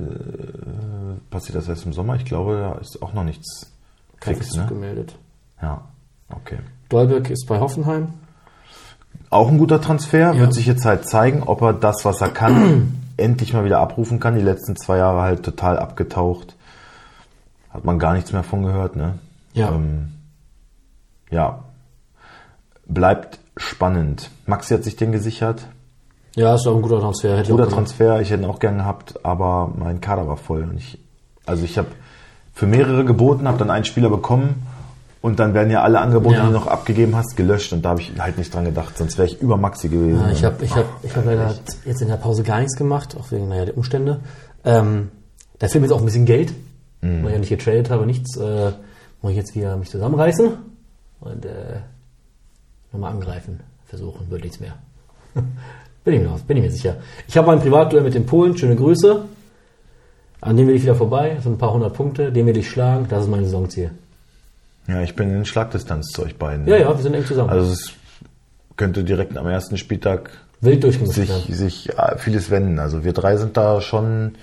Speaker 1: passiert das erst im Sommer? Ich glaube, da ist auch noch nichts
Speaker 2: Kein
Speaker 1: fix,
Speaker 2: Verzug
Speaker 1: ne?
Speaker 2: gemeldet.
Speaker 1: Ja. Okay.
Speaker 2: Dolberg ist bei Hoffenheim.
Speaker 1: Auch ein guter Transfer.
Speaker 2: Ja.
Speaker 1: Wird sich jetzt halt zeigen, ob er das, was er
Speaker 2: *clears throat*
Speaker 1: kann, endlich mal wieder abrufen kann. Die letzten zwei Jahre halt total abgetaucht. Hat man gar nichts mehr von gehört, ne?
Speaker 2: Ja.
Speaker 1: Ähm, ja. Bleibt spannend. Maxi hat sich den gesichert.
Speaker 2: Ja, ist auch ein guter Transfer. Hätte ich
Speaker 1: Guter
Speaker 2: auch gemacht.
Speaker 1: Transfer, ich hätte ihn auch gern gehabt, aber mein Kader war voll. Und ich, also ich habe für mehrere geboten, habe dann einen Spieler bekommen und dann werden ja alle Angebote,
Speaker 2: Ja.
Speaker 1: die du noch abgegeben hast, gelöscht. Und da habe ich halt nicht dran gedacht, sonst wäre ich über Maxi gewesen.
Speaker 2: Ja, ich
Speaker 1: Und-
Speaker 2: habe ich hab, ich hab leider jetzt in der Pause gar nichts gemacht, auch wegen naja, der Umstände. Ähm, da fehlt mir jetzt auch ein bisschen Geld,
Speaker 1: Mhm.
Speaker 2: weil ich ja nicht getradet habe, nichts. Äh, muss ich jetzt wieder mich zusammenreißen und äh, nochmal angreifen, versuchen, wird nichts mehr. *laughs* bin, ich mir, bin ich mir sicher. Ich habe mein Privatduell mit dem Polen, schöne Grüße. An dem will ich wieder vorbei, das sind ein paar hundert Punkte, den will ich schlagen, das ist mein Saisonziel.
Speaker 1: Ja, ich bin in Schlagdistanz zu euch beiden.
Speaker 2: Ja, ja, wir sind eng zusammen.
Speaker 1: Also es könnte direkt am ersten Spieltag
Speaker 2: Wild durchgemischt
Speaker 1: sich,
Speaker 2: werden.
Speaker 1: sich äh, vieles wenden. Also wir drei sind da schon.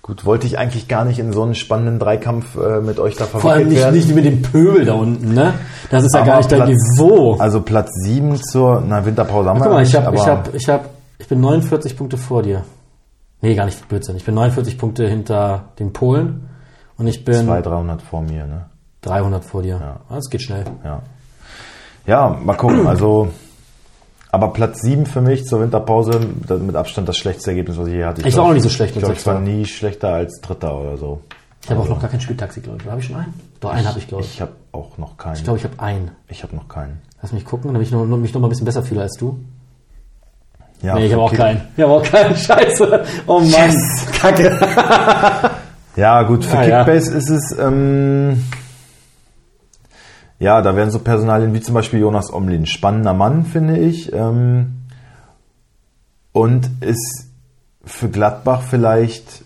Speaker 1: Gut, wollte ich eigentlich gar nicht in so einen spannenden Dreikampf äh, mit euch da verwickelt
Speaker 2: Vor allem nicht,
Speaker 1: werden.
Speaker 2: nicht mit dem Pöbel da unten, ne? Das ist ja gar
Speaker 1: Aber
Speaker 2: nicht dein
Speaker 1: Platz-
Speaker 2: Niveau.
Speaker 1: Also Platz 7 zur na, Winterpause haben
Speaker 2: Guck mal,
Speaker 1: nicht,
Speaker 2: ich habe, ich
Speaker 1: aber-
Speaker 2: habe, ich habe, ich bin 49 Punkte vor dir. Nee, gar nicht Blödsinn. Ich bin 49 Punkte hinter den Polen und ich bin
Speaker 1: 200, 300 vor mir, ne?
Speaker 2: 300 vor dir. Ah, Das geht schnell.
Speaker 1: Ja. Ja, mal gucken. Also, aber Platz 7 für mich zur Winterpause, das mit Abstand das schlechteste Ergebnis, was ich je hatte.
Speaker 2: Ich war auch nicht so
Speaker 1: Ich
Speaker 2: schlecht mit
Speaker 1: glaube, ich war
Speaker 2: Sechster.
Speaker 1: nie schlechter als Dritter oder so.
Speaker 2: Ich habe auch noch gar keinen Spieltaxi, glaube ich. Habe ich schon einen? Doch, einen habe ich, glaube ich.
Speaker 1: Ich habe auch noch keinen.
Speaker 2: Ich glaube, ich habe einen.
Speaker 1: Ich habe noch keinen.
Speaker 2: Lass mich gucken, damit ich noch, mich noch mal ein bisschen besser fühle als du.
Speaker 1: Ja,
Speaker 2: Nee, ich habe auch
Speaker 1: okay.
Speaker 2: keinen. Ich habe auch keinen. *laughs* Scheiße. Oh Mann. Kacke.
Speaker 1: Ja, gut, für
Speaker 2: Ah, ja.
Speaker 1: Kickbase ist es. Ähm, ja, da werden so Personalien wie zum Beispiel Jonas Omlin. Spannender Mann, finde ich. Ähm, und ist für Gladbach vielleicht.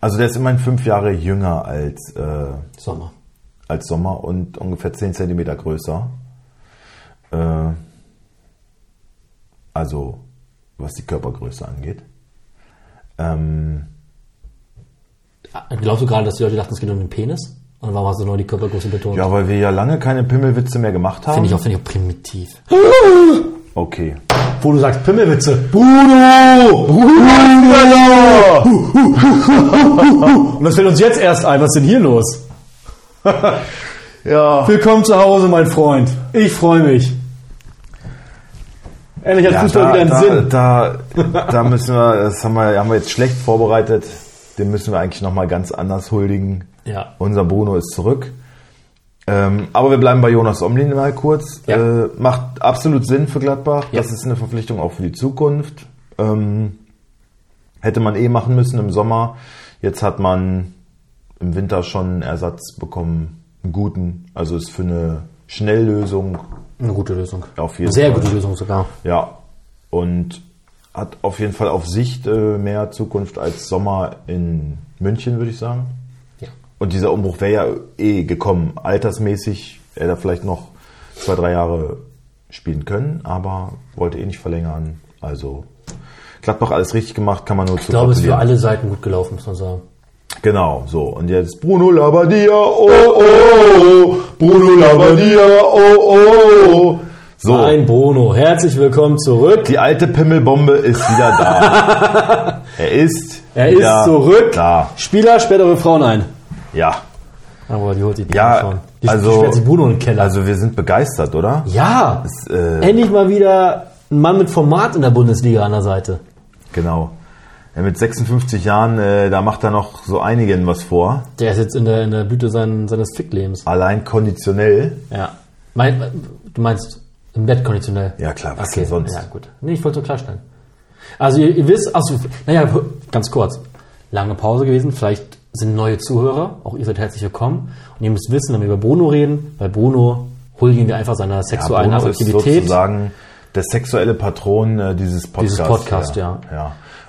Speaker 1: Also der ist immerhin fünf Jahre jünger als, äh,
Speaker 2: Sommer.
Speaker 1: als Sommer und ungefähr 10 Zentimeter größer. Äh, also was die Körpergröße angeht. Ähm,
Speaker 2: Glaubst du gerade, dass die Leute dachten, es geht um den Penis? Und warum hast du nur die Körpergröße betont?
Speaker 1: ja, weil wir ja lange keine Pimmelwitze mehr gemacht haben.
Speaker 2: Finde ich auch, finde ich auch primitiv.
Speaker 1: Okay.
Speaker 2: Wo du sagst Pimmelwitze.
Speaker 1: Bruno! Bruno!
Speaker 2: Und das fällt uns jetzt erst ein. Was ist denn hier los?
Speaker 1: Ja.
Speaker 2: Willkommen zu Hause, mein Freund. Ich freue mich. Endlich hat
Speaker 1: Ja, da, da, da, da müssen wir, das haben wir, haben wir jetzt schlecht vorbereitet. Den müssen wir eigentlich nochmal ganz anders huldigen.
Speaker 2: Ja.
Speaker 1: Unser Bruno ist zurück. Ähm, aber wir bleiben bei Jonas Omlin mal kurz.
Speaker 2: Ja.
Speaker 1: Äh, macht absolut Sinn für Gladbach.
Speaker 2: Ja.
Speaker 1: Das ist eine Verpflichtung auch für die Zukunft. Ähm, hätte man eh machen müssen im Sommer. Jetzt hat man im Winter schon einen Ersatz bekommen. Einen guten. Also ist für eine Schnelllösung
Speaker 2: Eine gute Lösung.
Speaker 1: auf jeden
Speaker 2: Sehr
Speaker 1: Fall.
Speaker 2: gute Lösung sogar.
Speaker 1: Ja, und hat auf jeden Fall auf Sicht äh, mehr Zukunft als Sommer in München, würde ich sagen.
Speaker 2: Ja.
Speaker 1: Und dieser Umbruch wäre ja eh gekommen. Altersmäßig hätte er vielleicht noch zwei, drei Jahre spielen können, aber wollte eh nicht verlängern. Also Gladbach alles richtig gemacht, kann man nur
Speaker 2: Ich glaube, es ist für alle Seiten gut gelaufen, muss man sagen.
Speaker 1: Genau, so. Und jetzt Bruno Labbadia, oh, oh, oh. Bruno Labbadia, oh, oh, oh. So.
Speaker 2: Ein Bruno, herzlich willkommen zurück.
Speaker 1: Die alte Pimmelbombe ist wieder da.
Speaker 2: *laughs*
Speaker 1: er ist.
Speaker 2: Er ist
Speaker 1: wieder
Speaker 2: zurück.
Speaker 1: Da.
Speaker 2: Spieler, sperrt eure Frauen ein.
Speaker 1: Ja.
Speaker 2: Aber die holt die
Speaker 1: Ja,
Speaker 2: Frauen schon. Die,
Speaker 1: also-
Speaker 2: die sperrt sich Bruno in den Keller.
Speaker 1: Also wir sind begeistert, oder?
Speaker 2: ja,
Speaker 1: äh,
Speaker 2: endlich mal wieder ein Mann mit Format in der Bundesliga an der Seite.
Speaker 1: Genau. Ja, mit 56 Jahren, äh, da macht er noch so einigen was vor.
Speaker 2: Der ist jetzt in der, in der Blüte sein, seines Ficklebens.
Speaker 1: Allein konditionell.
Speaker 2: Ja. Mein, du meinst im Bett konditionell?
Speaker 1: Ja, klar, was denn sonst?
Speaker 2: Ja, gut. Nee, ich wollte nur klarstellen. Also, ihr, ihr wisst, also, naja, ganz kurz. Lange Pause gewesen, vielleicht sind neue Zuhörer, auch ihr seid herzlich willkommen. Und ihr müsst wissen, wenn wir über Bruno reden, weil Bruno huldigen wir einfach seiner
Speaker 1: Ja,
Speaker 2: sexuellen
Speaker 1: Bruno ist
Speaker 2: Attraktivität.
Speaker 1: sozusagen der sexuelle Patron äh, dieses Podcasts.
Speaker 2: Dieses Podcast,
Speaker 1: ja.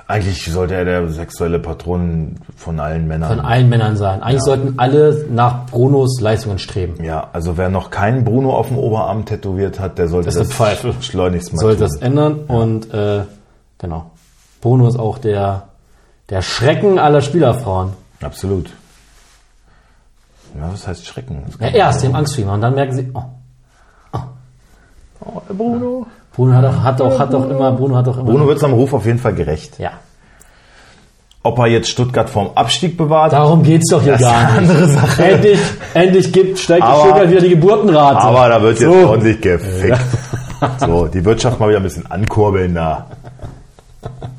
Speaker 1: Eigentlich sollte er der sexuelle Patron von allen Männern
Speaker 2: von allen Männern sein. Eigentlich sollten alle nach Brunos Leistungen streben.
Speaker 1: Ja, also wer noch keinen Bruno auf dem Oberarm tätowiert hat, der sollte
Speaker 2: Das
Speaker 1: das,
Speaker 2: ist eine Pfeife.
Speaker 1: schleunigst mal
Speaker 2: Sollte
Speaker 1: tun.
Speaker 2: das ändern und äh, genau. Bruno ist auch der, der Schrecken aller Spielerfrauen.
Speaker 1: Absolut. Ja, was heißt Schrecken? Das
Speaker 2: Ja,
Speaker 1: kann-
Speaker 2: erst dem Angst und dann merken sie, oh,
Speaker 1: Oh, Bruno.
Speaker 2: Bruno hat auch, hat auch, hat auch immer, Bruno hat auch immer.
Speaker 1: Bruno wird seinem Ruf auf jeden Fall gerecht.
Speaker 2: Ja.
Speaker 1: Ob er jetzt Stuttgart vorm Abstieg bewahrt,
Speaker 2: Darum geht's doch hier
Speaker 1: Das ist
Speaker 2: gar
Speaker 1: eine
Speaker 2: nicht.
Speaker 1: andere Sache.
Speaker 2: Endlich, endlich gibt, steigt
Speaker 1: Aber-
Speaker 2: Stuttgart wieder die Geburtenrate.
Speaker 1: aber da wird jetzt
Speaker 2: So.
Speaker 1: ordentlich gefickt. *laughs* So, die Wirtschaft mal wieder ein bisschen ankurbeln da.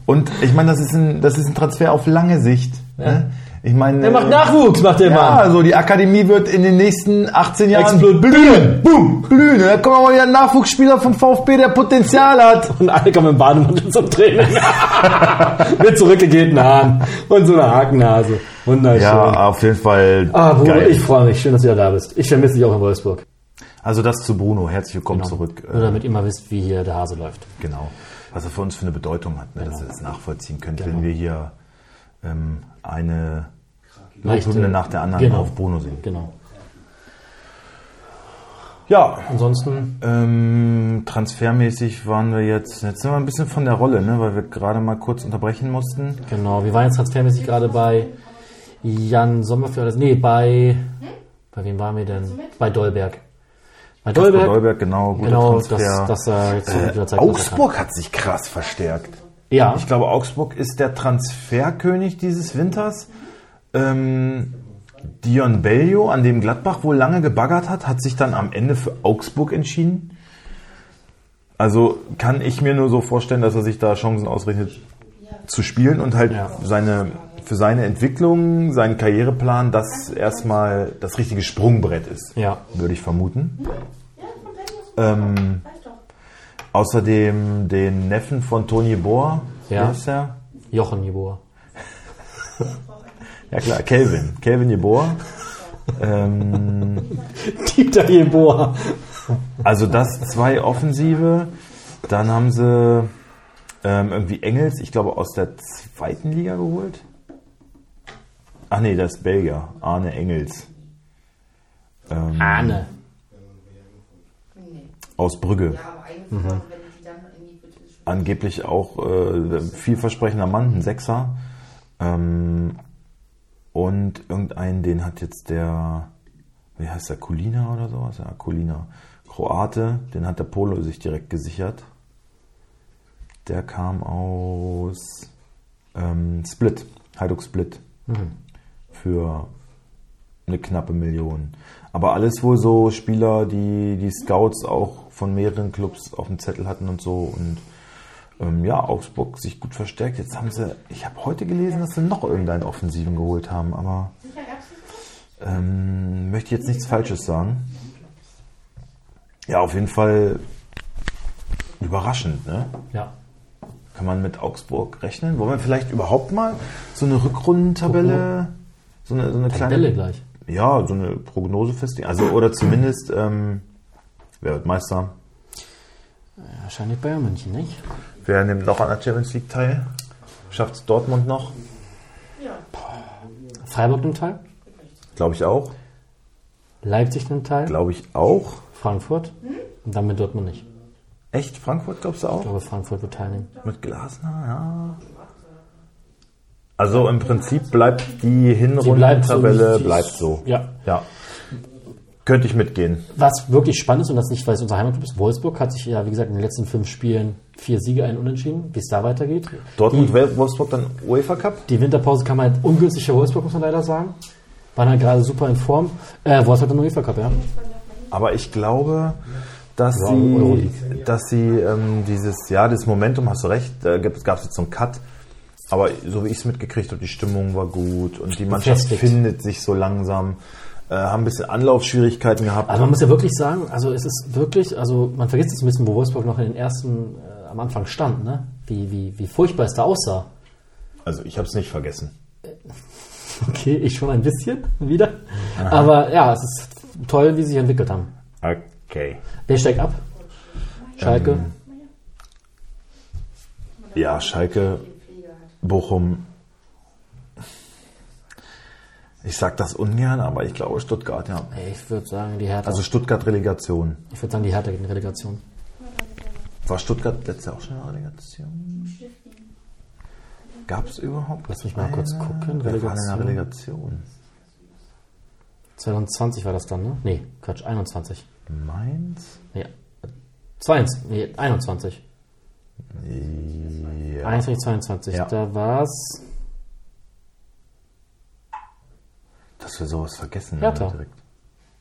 Speaker 1: Und ich meine, das ist ein, das ist ein Transfer auf lange Sicht. Ne? Ich meine,
Speaker 2: Der macht Nachwuchs, macht der
Speaker 1: Ja,
Speaker 2: Mann.
Speaker 1: also die Akademie wird in den nächsten 18 Jahren
Speaker 2: Explodieren.
Speaker 1: Boom, blühen. Da kommt auch mal wieder ein Nachwuchsspieler vom VfB, der Potenzial hat.
Speaker 2: Und alle kommen im Bademantel zum
Speaker 1: *laughs*
Speaker 2: Training. Mit zurückgegelten Haaren und so einer Hakennase. Wunderschön.
Speaker 1: Ja, auf jeden Fall
Speaker 2: ah, Bruno,
Speaker 1: geil.
Speaker 2: ich freue mich. Schön, dass du wieder da bist. Ich vermisse dich auch in Wolfsburg.
Speaker 1: Also das zu Bruno. Herzlich willkommen
Speaker 2: Genau.
Speaker 1: zurück.
Speaker 2: Nur
Speaker 1: Äh,
Speaker 2: damit ihr mal wisst, wie hier der Hase läuft.
Speaker 1: genau. Was er für uns für eine Bedeutung hat, ne? dass
Speaker 2: Genau.
Speaker 1: ihr das nachvollziehen könnt, wenn wir hier ähm, eine Lobhymne nach der anderen
Speaker 2: Genau.
Speaker 1: auf Bruno singen.
Speaker 2: Genau.
Speaker 1: Ja,
Speaker 2: Ansonsten,
Speaker 1: ähm, transfermäßig waren wir jetzt, jetzt sind wir ein bisschen von der Rolle, ne? weil wir gerade mal kurz unterbrechen mussten.
Speaker 2: genau. Wir waren jetzt transfermäßig gerade bei Jan Sommerfeld. oder- Nee, bei. Bei wem waren wir denn? Bei Dolberg. Bei
Speaker 1: Dolberg, Dolberg
Speaker 2: Dolberg.
Speaker 1: genau, guter
Speaker 2: Äh, Genau, dass,
Speaker 1: Transfer. Äh,
Speaker 2: dass er jetzt zu guter Zeit
Speaker 1: Augsburg hat sich krass verstärkt.
Speaker 2: Ja,
Speaker 1: Ich glaube, Augsburg ist der Transferkönig dieses Winters. Ähm, Dion Bellio, an dem Gladbach wohl lange gebaggert hat, hat sich dann am Ende für Augsburg entschieden. Also kann ich mir nur so vorstellen, dass er sich da Chancen ausrechnet zu spielen und halt
Speaker 2: Ja.
Speaker 1: seine, für seine Entwicklung, seinen Karriereplan, das erstmal das richtige Sprungbrett ist.
Speaker 2: Ja.
Speaker 1: Würde ich vermuten. Ähm, außerdem den Neffen von Toni Bohr.
Speaker 2: Ja.
Speaker 1: Wie heißt er?
Speaker 2: Jochen Jeboer.
Speaker 1: Ja klar, Kelvin. Kelvin Jeboer. ähm,
Speaker 2: Dieter Jeboer.
Speaker 1: also das zwei Offensive. Dann haben sie ähm, irgendwie Engels, ich glaube, aus der zweiten Liga geholt. Ach nee, das ist Belgier. Arne Engels. ähm,
Speaker 2: Ahne.
Speaker 3: Nee.
Speaker 1: aus Brügge.
Speaker 3: Ja, aber eigentlich, mhm. wenn die dann in die Büttel schwimmen.
Speaker 1: Angeblich auch äh, vielversprechender Mann, ein Sechser. Ähm, und irgendeinen, den hat jetzt der, wie heißt der, Kulina oder sowas? Ja, Kulina. Kroate, den hat der Polo sich direkt gesichert. Der kam aus ähm, Split, Heiduk Split. Für eine knappe Million. Aber alles wohl so Spieler, die die Scouts auch von mehreren Clubs auf dem Zettel hatten und so. Und ähm, ja, Augsburg sich gut verstärkt. Jetzt haben sie, ich habe heute gelesen, dass sie noch irgendeinen Offensiven geholt haben, aber
Speaker 3: Sicher gab's das?
Speaker 1: ähm, möchte jetzt nichts Falsches sagen. Ja, auf jeden Fall überraschend, ne?
Speaker 2: Ja.
Speaker 1: Kann man mit Augsburg rechnen? Wollen wir vielleicht überhaupt mal so eine Rückrundentabelle, so eine, so eine kleine
Speaker 2: Tabelle gleich.
Speaker 1: ja, so eine Prognose festlegen. Also, oder zumindest, ähm, wer wird Meister?
Speaker 2: Wahrscheinlich Bayern München, nicht?
Speaker 1: Wer nimmt noch an der Champions League teil? Schafft es Dortmund noch?
Speaker 3: Ja.
Speaker 2: Freiburg nimmt teil.
Speaker 1: Glaube ich auch.
Speaker 2: Leipzig nimmt teil.
Speaker 1: Glaube ich auch.
Speaker 2: Frankfurt. Und dann mit Dortmund nicht.
Speaker 1: Echt? Frankfurt glaubst du
Speaker 2: Ich
Speaker 1: auch?
Speaker 2: glaube, Frankfurt wird teilnehmen.
Speaker 1: Mit Glasner, ja. Also im Prinzip bleibt die Hinrundentabelle
Speaker 2: so, wie sie
Speaker 1: bleibt
Speaker 2: ist.
Speaker 1: so.
Speaker 2: Ja.
Speaker 1: ja. Könnte ich mitgehen.
Speaker 2: Was wirklich spannend ist, und das nicht, weil es unser Heimatclub ist, Wolfsburg hat sich ja, wie gesagt, in den letzten fünf Spielen vier Siege, einen Unentschieden, wie es da weitergeht.
Speaker 1: Dortmund, Wolfsburg dann UEFA Cup?
Speaker 2: Die Winterpause kam halt ungünstig für Wolfsburg, muss man leider sagen. Waren halt gerade super in Form. Äh, Wolfsburg hat den UEFA Cup, ja.
Speaker 1: Aber ich glaube, dass
Speaker 2: Ja,
Speaker 1: sie,
Speaker 2: Euroleague.
Speaker 1: dass sie ähm, dieses, ja, das Momentum, hast du recht, da gab es jetzt so einen Cut. Aber so wie ich es mitgekriegt habe, die Stimmung war gut und die Mannschaft
Speaker 2: Befestigt.
Speaker 1: findet sich so langsam. Äh, haben ein bisschen Anlaufschwierigkeiten gehabt.
Speaker 2: Also man muss ja wirklich sagen, also es ist wirklich, also man vergisst jetzt ein bisschen, wo Wolfsburg noch in den ersten, äh, am Anfang stand, ne? Wie, wie, wie furchtbar es da aussah. *laughs*
Speaker 1: also ich habe es nicht vergessen.
Speaker 2: Okay, ich schon ein bisschen wieder. Aber ja, es ist toll, wie sie sich entwickelt haben.
Speaker 1: Okay.
Speaker 2: Wer steigt ab? Schalke.
Speaker 1: Ähm, Ja, Schalke, Bochum. Ich sag das ungern, aber ich glaube Stuttgart, ja.
Speaker 2: Ey, ich würde sagen, die Hertha.
Speaker 1: Also Stuttgart Relegation.
Speaker 2: ich würde sagen, die Hertha gegen Relegation.
Speaker 1: War Stuttgart letztes Jahr auch schon eine Relegation? Gab es überhaupt?
Speaker 2: Lass mich mal kurz gucken.
Speaker 1: Relegation. War denn eine
Speaker 2: Relegation.
Speaker 1: Relegation.
Speaker 2: 2020 war das dann, ne? Nee, Quatsch, 21.
Speaker 1: Mainz?
Speaker 2: Nee, 22, nee, 21.
Speaker 1: Ja.
Speaker 2: 21, 22.
Speaker 1: Ja.
Speaker 2: Da war's.
Speaker 1: Dass wir sowas vergessen
Speaker 2: Hertha.
Speaker 1: haben direkt.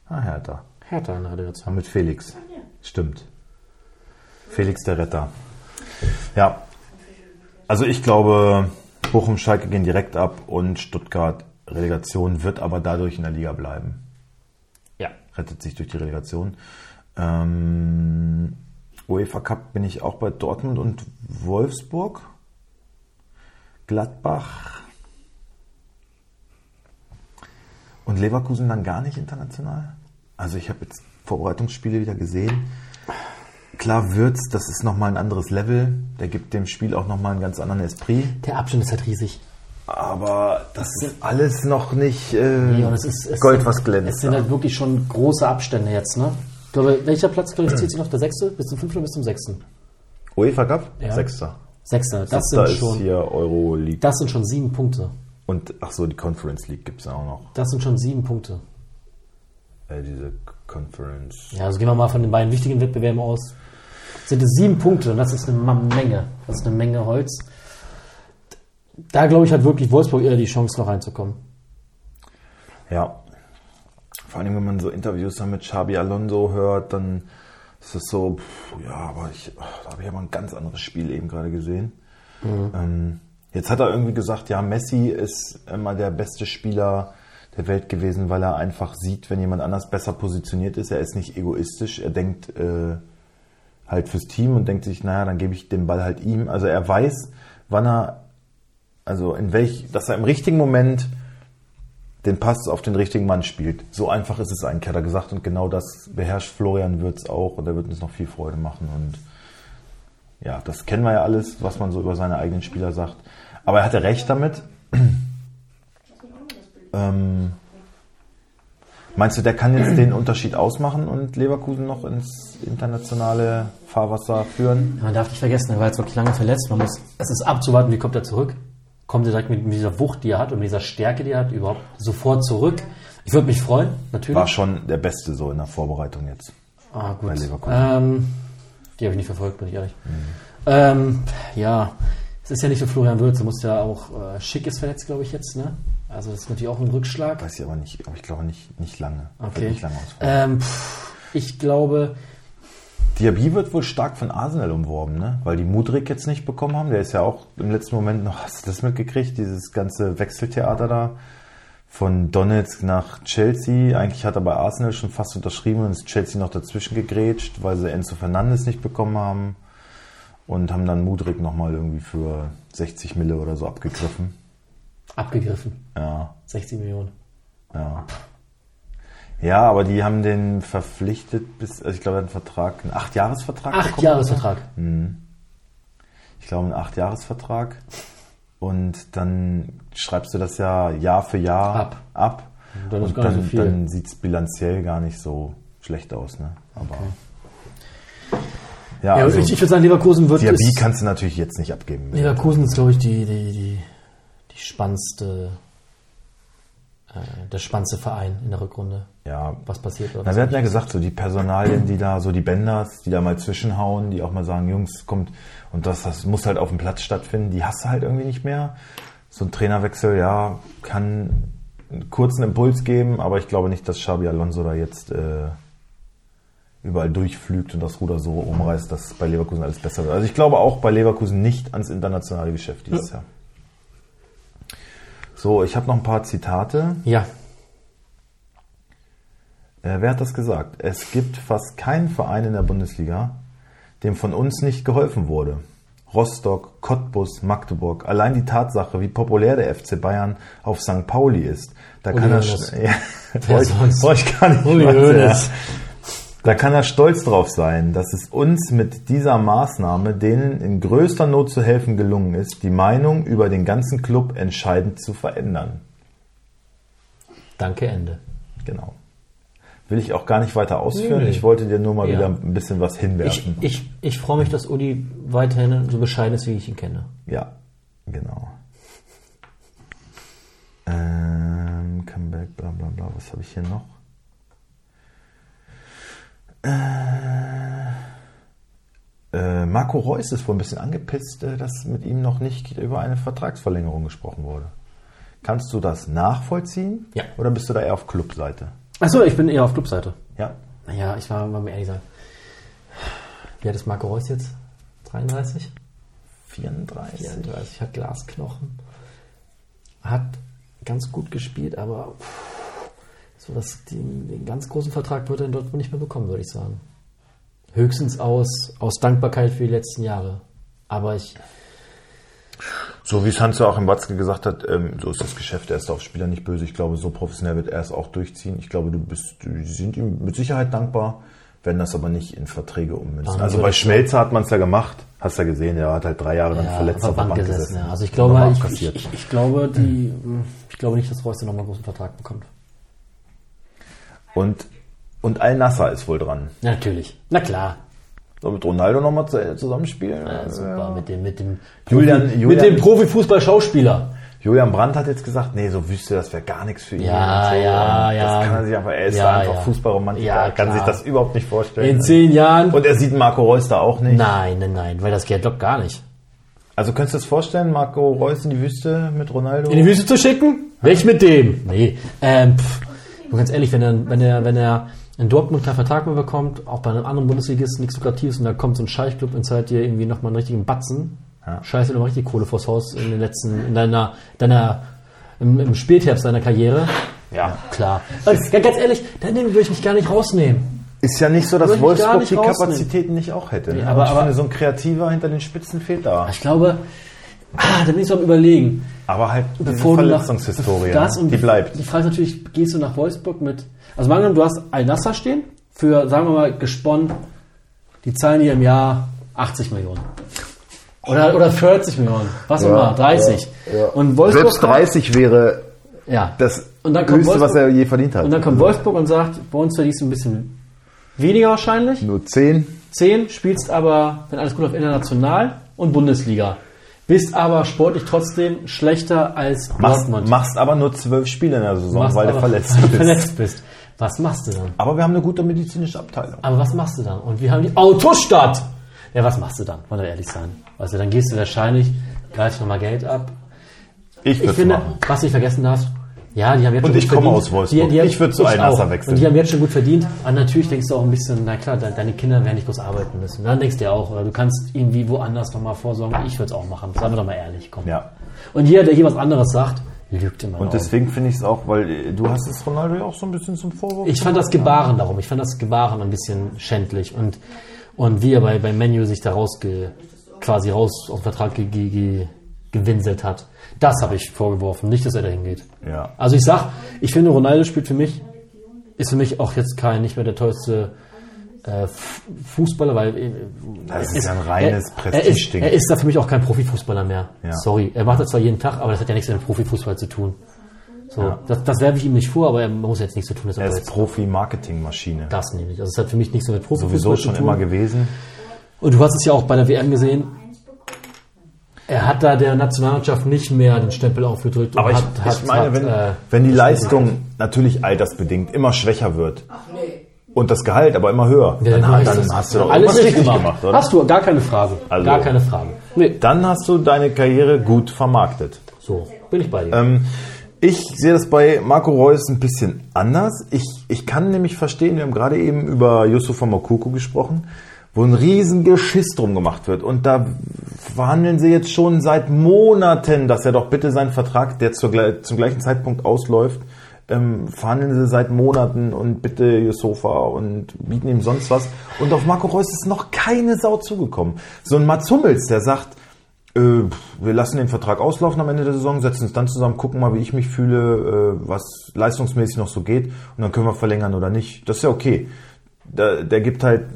Speaker 1: Ah, Hertha.
Speaker 2: Hertha in der
Speaker 1: War
Speaker 2: Relegation.
Speaker 1: mit Felix. Stimmt. Felix der Retter. Ja. Also ich glaube, Bochum, Schalke gehen direkt ab und Stuttgart Relegation wird aber dadurch in der Liga bleiben.
Speaker 2: Ja.
Speaker 1: rettet sich durch die Relegation. Ähm, UEFA Cup bin ich auch bei Dortmund und Wolfsburg. Gladbach. Und Leverkusen dann gar nicht international. Also ich habe jetzt Vorbereitungsspiele wieder gesehen. Klar Würz, das ist nochmal ein anderes Level. Der gibt dem Spiel auch nochmal einen ganz anderen Esprit.
Speaker 2: Der Abstand ist halt riesig.
Speaker 1: Aber das ist alles noch nicht äh,
Speaker 2: Ja, und es ist, es
Speaker 1: Gold,
Speaker 2: sind,
Speaker 1: was glänzt.
Speaker 2: Es sind halt wirklich schon große Abstände jetzt, ne? Ich glaube, welcher Platz qualifiziert sich noch? Der sechste? Bis zum fünften oder bis zum sechsten?
Speaker 1: UEFA Cup?
Speaker 2: Ja.
Speaker 1: Sechster.
Speaker 2: Sechster. Das
Speaker 1: da
Speaker 2: sind
Speaker 1: ist
Speaker 2: schon,
Speaker 1: hier Euro League.
Speaker 2: das sind schon sieben Punkte.
Speaker 1: Und ach so, die Conference League gibt es auch noch.
Speaker 2: Das sind schon sieben Punkte.
Speaker 1: Äh, diese Conference.
Speaker 2: Ja, also gehen wir mal von den beiden wichtigen Wettbewerben aus. Sind es sieben Punkte und das ist eine Ma- Menge. Das ist eine Menge Holz. Da glaube ich, hat wirklich Wolfsburg eher die Chance, noch reinzukommen.
Speaker 1: Ja. Vor allem, wenn man so Interviews dann mit Xabi Alonso hört, dann ist es so, pff, ja, aber ich, ach, da habe ich aber ein ganz anderes Spiel eben gerade gesehen. Ähm, jetzt hat er irgendwie gesagt, ja, Messi ist immer der beste Spieler der Welt gewesen, weil er einfach sieht, wenn jemand anders besser positioniert ist. Er ist nicht egoistisch, er denkt äh, halt fürs Team und denkt sich, naja, dann gebe ich den Ball halt ihm. Also er weiß, wann er, also in welch, dass er im richtigen Moment den Pass auf den richtigen Mann spielt. So einfach ist es eigentlich, hat er gesagt. Und genau das beherrscht Florian Würz auch und er wird uns noch viel Freude machen. Und ja, das kennen wir ja alles, was man so über seine eigenen Spieler sagt. Aber er *clears throat* hatte recht damit. ähm, Meinst du, der kann jetzt den Unterschied ausmachen und Leverkusen noch ins internationale Fahrwasser führen?
Speaker 2: Man darf nicht vergessen, er war jetzt wirklich lange verletzt. Man muss, es ist abzuwarten, wie kommt er zurück. Kommt er direkt mit, mit dieser Wucht, die er hat und mit dieser Stärke, die er hat, überhaupt sofort zurück. Ich würde mich freuen, natürlich.
Speaker 1: War schon der Beste so in der Vorbereitung jetzt.
Speaker 2: Ah, gut.
Speaker 1: Bei Leverkusen.
Speaker 2: Ähm, die habe ich nicht verfolgt, bin ich ehrlich. Ähm, ja, es ist ja nicht so Florian Würz, er muss ja auch äh, schick ist verletzt, glaube ich, jetzt, ne? Also das ist natürlich auch ein Rückschlag.
Speaker 1: Weiß ich aber nicht, aber ich glaube nicht, nicht lange. Wird
Speaker 2: Okay.
Speaker 1: Nicht lange ausfallen.
Speaker 2: Ähm, pff, ich glaube,
Speaker 1: Diaby wird wohl stark von Arsenal umworben, ne? Weil die Mudrik jetzt nicht bekommen haben. Der ist ja auch im letzten Moment noch, hast du das mitgekriegt, dieses ganze Wechseltheater da von Donetsk nach Chelsea. Eigentlich hat er bei Arsenal schon fast unterschrieben und ist Chelsea noch dazwischen gegrätscht, weil sie Enzo Fernandes nicht bekommen haben und haben dann Mudrik nochmal irgendwie für 60 Mille oder so abgegriffen.
Speaker 2: abgegriffen.
Speaker 1: Ja,
Speaker 2: 60 Millionen.
Speaker 1: ja. Ja, aber die haben den verpflichtet bis, also ich glaube, er hat einen Vertrag, einen Acht-Jahres-Vertrag
Speaker 2: Acht Jahresvertrag.
Speaker 1: ich glaube, einen Acht-Jahres-Vertrag. Und dann schreibst du das ja Jahr für Jahr
Speaker 2: Ab.
Speaker 1: ab.
Speaker 2: Dann ist
Speaker 1: und
Speaker 2: gar nicht
Speaker 1: dann,
Speaker 2: so viel.
Speaker 1: dann sieht es bilanziell gar nicht so schlecht aus. Ne? Aber ja,
Speaker 2: Ja,
Speaker 1: also,
Speaker 2: ich, ich würde sagen, Leverkusen wird
Speaker 1: Diaby
Speaker 2: ist-
Speaker 1: kannst du natürlich jetzt nicht abgeben.
Speaker 2: Leverkusen ist, glaube ich, die, die, die, die spannendste, äh, der spannendste Verein in der Rückrunde.
Speaker 1: Ja.
Speaker 2: Was passiert? Oder
Speaker 1: Na,
Speaker 2: was
Speaker 1: wir hatten ja gesagt, so die Personalien, die da, so die Bänders, die da mal zwischenhauen, die auch mal sagen, Jungs, kommt, und das, das muss halt auf dem Platz stattfinden, die hast du halt irgendwie nicht mehr. So ein Trainerwechsel, ja, kann einen kurzen Impuls geben, aber ich glaube nicht, dass Xabi Alonso da jetzt äh, überall durchflügt und das Ruder so umreißt, dass bei Leverkusen alles besser wird. Also ich glaube auch bei Leverkusen nicht ans internationale Geschäft dieses Jahr. So, ich habe noch ein paar Zitate.
Speaker 2: Ja,
Speaker 1: Äh, wer hat das gesagt? Es gibt fast keinen Verein in der Bundesliga, dem von uns nicht geholfen wurde. Rostock, Cottbus, Magdeburg. Allein die Tatsache, wie populär der FC Bayern auf St. Pauli ist. Da
Speaker 2: Uli
Speaker 1: kann er,
Speaker 2: Hoeneß.
Speaker 1: sch- *laughs* ja,
Speaker 2: Wer
Speaker 1: brauch ich,
Speaker 2: sonst?
Speaker 1: brauch ich gar nicht
Speaker 2: Uli
Speaker 1: was,
Speaker 2: Hoeneß.
Speaker 1: Da kann er stolz drauf sein, dass es uns mit dieser Maßnahme, denen in größter Not zu helfen gelungen ist, die Meinung über den ganzen Club entscheidend zu verändern.
Speaker 2: danke, Ende.
Speaker 1: Genau. Will ich auch gar nicht weiter ausführen.
Speaker 2: Nee, nee.
Speaker 1: Ich wollte dir nur mal
Speaker 2: Ja.
Speaker 1: wieder ein bisschen was
Speaker 2: Ich,
Speaker 1: hinwerfen.
Speaker 2: ich, ich freue mich, dass Uli weiterhin so bescheiden ist, wie ich ihn kenne.
Speaker 1: ja, genau. Ähm, Comeback, bla bla bla. Was habe ich hier noch? Äh, äh, Marco Reus ist wohl ein bisschen angepisst, äh, dass mit ihm noch nicht über eine Vertragsverlängerung gesprochen wurde. Kannst du das nachvollziehen?
Speaker 2: Ja.
Speaker 1: Oder bist du da eher auf Clubseite?
Speaker 2: Achso, ich bin eher auf Clubseite.
Speaker 1: Ja.
Speaker 2: Naja, ich war, mal ehrlich sein. Wie alt ist Marco Reus jetzt? 33?
Speaker 1: 34.
Speaker 2: 34, hat Glasknochen. Hat ganz gut gespielt, aber pff, so dass den, den ganz großen Vertrag wird er in Dortmund nicht mehr bekommen, würde ich sagen. Höchstens aus, aus Dankbarkeit für die letzten Jahre. Aber ich,
Speaker 1: So wie es Hanse auch im Watzke gesagt hat, ähm, so ist das Geschäft. Er ist auf Spieler nicht böse. Ich glaube, so professionell wird er es auch durchziehen. Ich glaube, du bist, die sind ihm mit Sicherheit dankbar, werden das aber nicht in Verträge ummünzen.
Speaker 2: Dann
Speaker 1: also
Speaker 2: würde
Speaker 1: bei
Speaker 2: ich-
Speaker 1: Schmelzer hat man es ja gemacht. Hast ja gesehen, der hat halt drei Jahre dann
Speaker 2: ja,
Speaker 1: verletzt
Speaker 2: auf der Bank gesessen. Ja. Also ich glaube,
Speaker 1: Nochmal
Speaker 2: ich,
Speaker 1: abkassiert.
Speaker 2: ich, ich, ich glaube, die, ich glaube nicht, dass Reus da nochmal einen großen Vertrag bekommt.
Speaker 1: Und, und Al-Nasser ist wohl dran.
Speaker 2: Ja, natürlich. Na klar.
Speaker 1: Soll mit Ronaldo nochmal zusammenspielen?
Speaker 2: Ja, super. Mit dem, mit dem,
Speaker 1: Julian-
Speaker 2: Profi, mit
Speaker 1: Julian-
Speaker 2: dem Profifußball-Schauspieler.
Speaker 1: Julian Brandt hat jetzt gesagt, nee, so Wüste, das wäre gar nichts für ihn.
Speaker 2: Ja,
Speaker 1: Und so.
Speaker 2: ja,
Speaker 1: Und
Speaker 2: ja.
Speaker 1: Das kann er sich einfach, er ist
Speaker 2: Ja,
Speaker 1: da einfach
Speaker 2: ja.
Speaker 1: Fußballromantiker,
Speaker 2: Ja,
Speaker 1: er kann
Speaker 2: klar.
Speaker 1: sich das überhaupt nicht vorstellen.
Speaker 2: In zehn Jahren.
Speaker 1: Und er sieht Marco Reus da auch nicht.
Speaker 2: Nein, nein, nein, weil das geht doch gar nicht.
Speaker 1: Also könntest du das vorstellen, Marco Reus in die Wüste mit Ronaldo?
Speaker 2: In die Wüste zu schicken? Nicht mit dem. Nee. Ähm, pff. Und ganz ehrlich, wenn er, wenn er, wenn er in Dortmund keinen Vertrag mehr bekommt, auch bei einem anderen Bundesligisten nichts Lukratives und da kommt so ein Scheichclub und zahlt dir irgendwie nochmal einen richtigen Batzen,
Speaker 1: Ja.
Speaker 2: scheiße nochmal richtig Kohle vors Haus in den letzten, in deiner, deiner, im, im Spätherbst deiner Karriere.
Speaker 1: ja.
Speaker 2: Klar. Also, ganz ehrlich, dann würde ich mich gar nicht rausnehmen.
Speaker 1: Ist ja nicht so, dass
Speaker 2: Würde ich gar
Speaker 1: Wolfsburg
Speaker 2: nicht
Speaker 1: die
Speaker 2: rausnehmen.
Speaker 1: Kapazitäten nicht auch hätte.
Speaker 2: Nee,
Speaker 1: aber,
Speaker 2: aber-
Speaker 1: ich
Speaker 2: aber-
Speaker 1: finde, so ein Kreativer hinter den Spitzen fehlt da.
Speaker 2: Ich glaube, ah, da bin ich so am überlegen.
Speaker 1: Aber halt diese
Speaker 2: bevor du nach,
Speaker 1: Verletzungshistorie, ne?
Speaker 2: das und
Speaker 1: die bleibt.
Speaker 2: Die Frage ist natürlich, gehst du nach Wolfsburg mit, also mal angenommen, du hast Al-Nasser stehen für, sagen wir mal, gesponnen, die zahlen dir im Jahr 80 Millionen. Oder, oder 40 Millionen, was auch
Speaker 1: Ja,
Speaker 2: immer, 30.
Speaker 1: ja, ja.
Speaker 2: Und Wolfsburg,
Speaker 1: wäre
Speaker 2: ja,
Speaker 1: das
Speaker 2: Und dann kommt,
Speaker 1: Höchste, was
Speaker 2: Wolfsburg,
Speaker 1: er je verdient hat.
Speaker 2: und dann kommt
Speaker 1: Also
Speaker 2: Wolfsburg und sagt, bei uns verdienst du ein bisschen weniger wahrscheinlich.
Speaker 1: Nur 10.
Speaker 2: 10, spielst aber, wenn alles gut läuft, international und Bundesliga. Bist aber sportlich trotzdem schlechter als
Speaker 1: Machst,
Speaker 2: Dortmund.
Speaker 1: machst aber nur 12 Spiele in der Saison,
Speaker 2: Machst
Speaker 1: weil du
Speaker 2: aber- *laughs*
Speaker 1: verletzt bist.
Speaker 2: verletzt bist. Was machst du dann?
Speaker 1: Aber wir haben eine gute medizinische Abteilung.
Speaker 2: Aber was machst du dann? Und wir haben die Autostadt. Ja, was machst du dann? Wollen wir ehrlich sein. Also dann gehst du wahrscheinlich, greifst nochmal Geld ab.
Speaker 1: Ich
Speaker 2: Ich
Speaker 1: würde
Speaker 2: finde,
Speaker 1: machen.
Speaker 2: was ich vergessen darf, ja, die haben jetzt
Speaker 1: Und
Speaker 2: schon
Speaker 1: ich
Speaker 2: gut
Speaker 1: komme
Speaker 2: verdient.
Speaker 1: aus Wolfsburg.
Speaker 2: haben-
Speaker 1: Ich würd zu Al-Nassr wechseln.
Speaker 2: Und die haben jetzt schon gut verdient. Und natürlich denkst du auch ein bisschen, na klar, de- deine Kinder werden nicht groß arbeiten müssen. Dann denkst du ja auch, oder du kannst irgendwie woanders nochmal vorsorgen. Ich würde es auch machen. Seien wir doch mal ehrlich, komm.
Speaker 1: Ja.
Speaker 2: Und jeder, der hier was anderes sagt, lügt immer.
Speaker 1: Und deswegen finde ich es auch, weil äh, du hast es Ronaldo ja auch so ein bisschen zum Vorwurf.
Speaker 2: Ich fand das Gebaren darum. Ich fand das Gebaren ein bisschen schändlich. Und, und wie er bei, bei Menu sich da rausge, quasi raus auf den Vertrag ge, ge, ge, gewinselt hat. Das habe ich vorgeworfen. Nicht, dass er dahin geht.
Speaker 1: Ja.
Speaker 2: Also ich sag, ich finde, Ronaldo spielt für mich, ist für mich auch jetzt kein, nicht mehr der teuerste äh, F- Fußballer, weil äh,
Speaker 1: Das
Speaker 2: es
Speaker 1: ist ja ein reines
Speaker 2: er, er, ist,
Speaker 1: Prestigeding.
Speaker 2: er ist da für mich auch kein Profifußballer mehr.
Speaker 1: Ja.
Speaker 2: Sorry, er macht das zwar jeden Tag, aber das hat ja nichts mit dem Profifußball zu tun. So, das, das werfe ich ihm nicht vor, aber er muss jetzt nichts zu tun. Dass
Speaker 1: Er
Speaker 2: da
Speaker 1: ist
Speaker 2: jetzt-
Speaker 1: Profi-Marketing-Maschine.
Speaker 2: das nämlich. Also es hat für mich nichts so mit Profifußball
Speaker 1: Sowieso
Speaker 2: zu
Speaker 1: schon
Speaker 2: tun.
Speaker 1: immer gewesen.
Speaker 2: Und du hast es ja auch bei der WM gesehen. Er hat da der Nationalmannschaft nicht mehr den Stempel aufgedrückt.
Speaker 1: Aber ich,
Speaker 2: hat, hat-
Speaker 1: ich meine,
Speaker 2: hat,
Speaker 1: wenn,
Speaker 2: äh,
Speaker 1: wenn die Leistung natürlich altersbedingt immer schwächer wird und das Gehalt aber immer höher,
Speaker 2: ja,
Speaker 1: dann,
Speaker 2: mach ich
Speaker 1: dann
Speaker 2: das.
Speaker 1: hast du doch
Speaker 2: alles
Speaker 1: irgendwas
Speaker 2: richtig gemacht.
Speaker 1: oder?
Speaker 2: Hast du, gar keine Frage.
Speaker 1: Also-
Speaker 2: gar keine Frage. Nee,
Speaker 1: Dann hast du deine Karriere gut vermarktet.
Speaker 2: so, bin ich bei dir.
Speaker 1: Ähm, ich sehe das bei Marco Reus ein bisschen anders. Ich, ich kann nämlich verstehen, wir haben gerade eben über Yusufa Mokuku gesprochen, wo ein riesen Geschiss drum gemacht wird. Und da verhandeln sie jetzt schon seit Monaten, dass er doch bitte seinen Vertrag, der zur, gle- zum gleichen Zeitpunkt ausläuft, ähm, verhandeln sie seit Monaten und bitte Yusufa und bieten ihm sonst was. Und auf Marco Reus ist noch keine Sau zugekommen. So ein Mats Hummels, der sagt, äh, wir lassen den Vertrag auslaufen am Ende der Saison, setzen uns dann zusammen, gucken mal, wie ich mich fühle, äh, was leistungsmäßig noch so geht und dann können wir verlängern oder nicht. Das ist ja okay. Der, der gibt halt,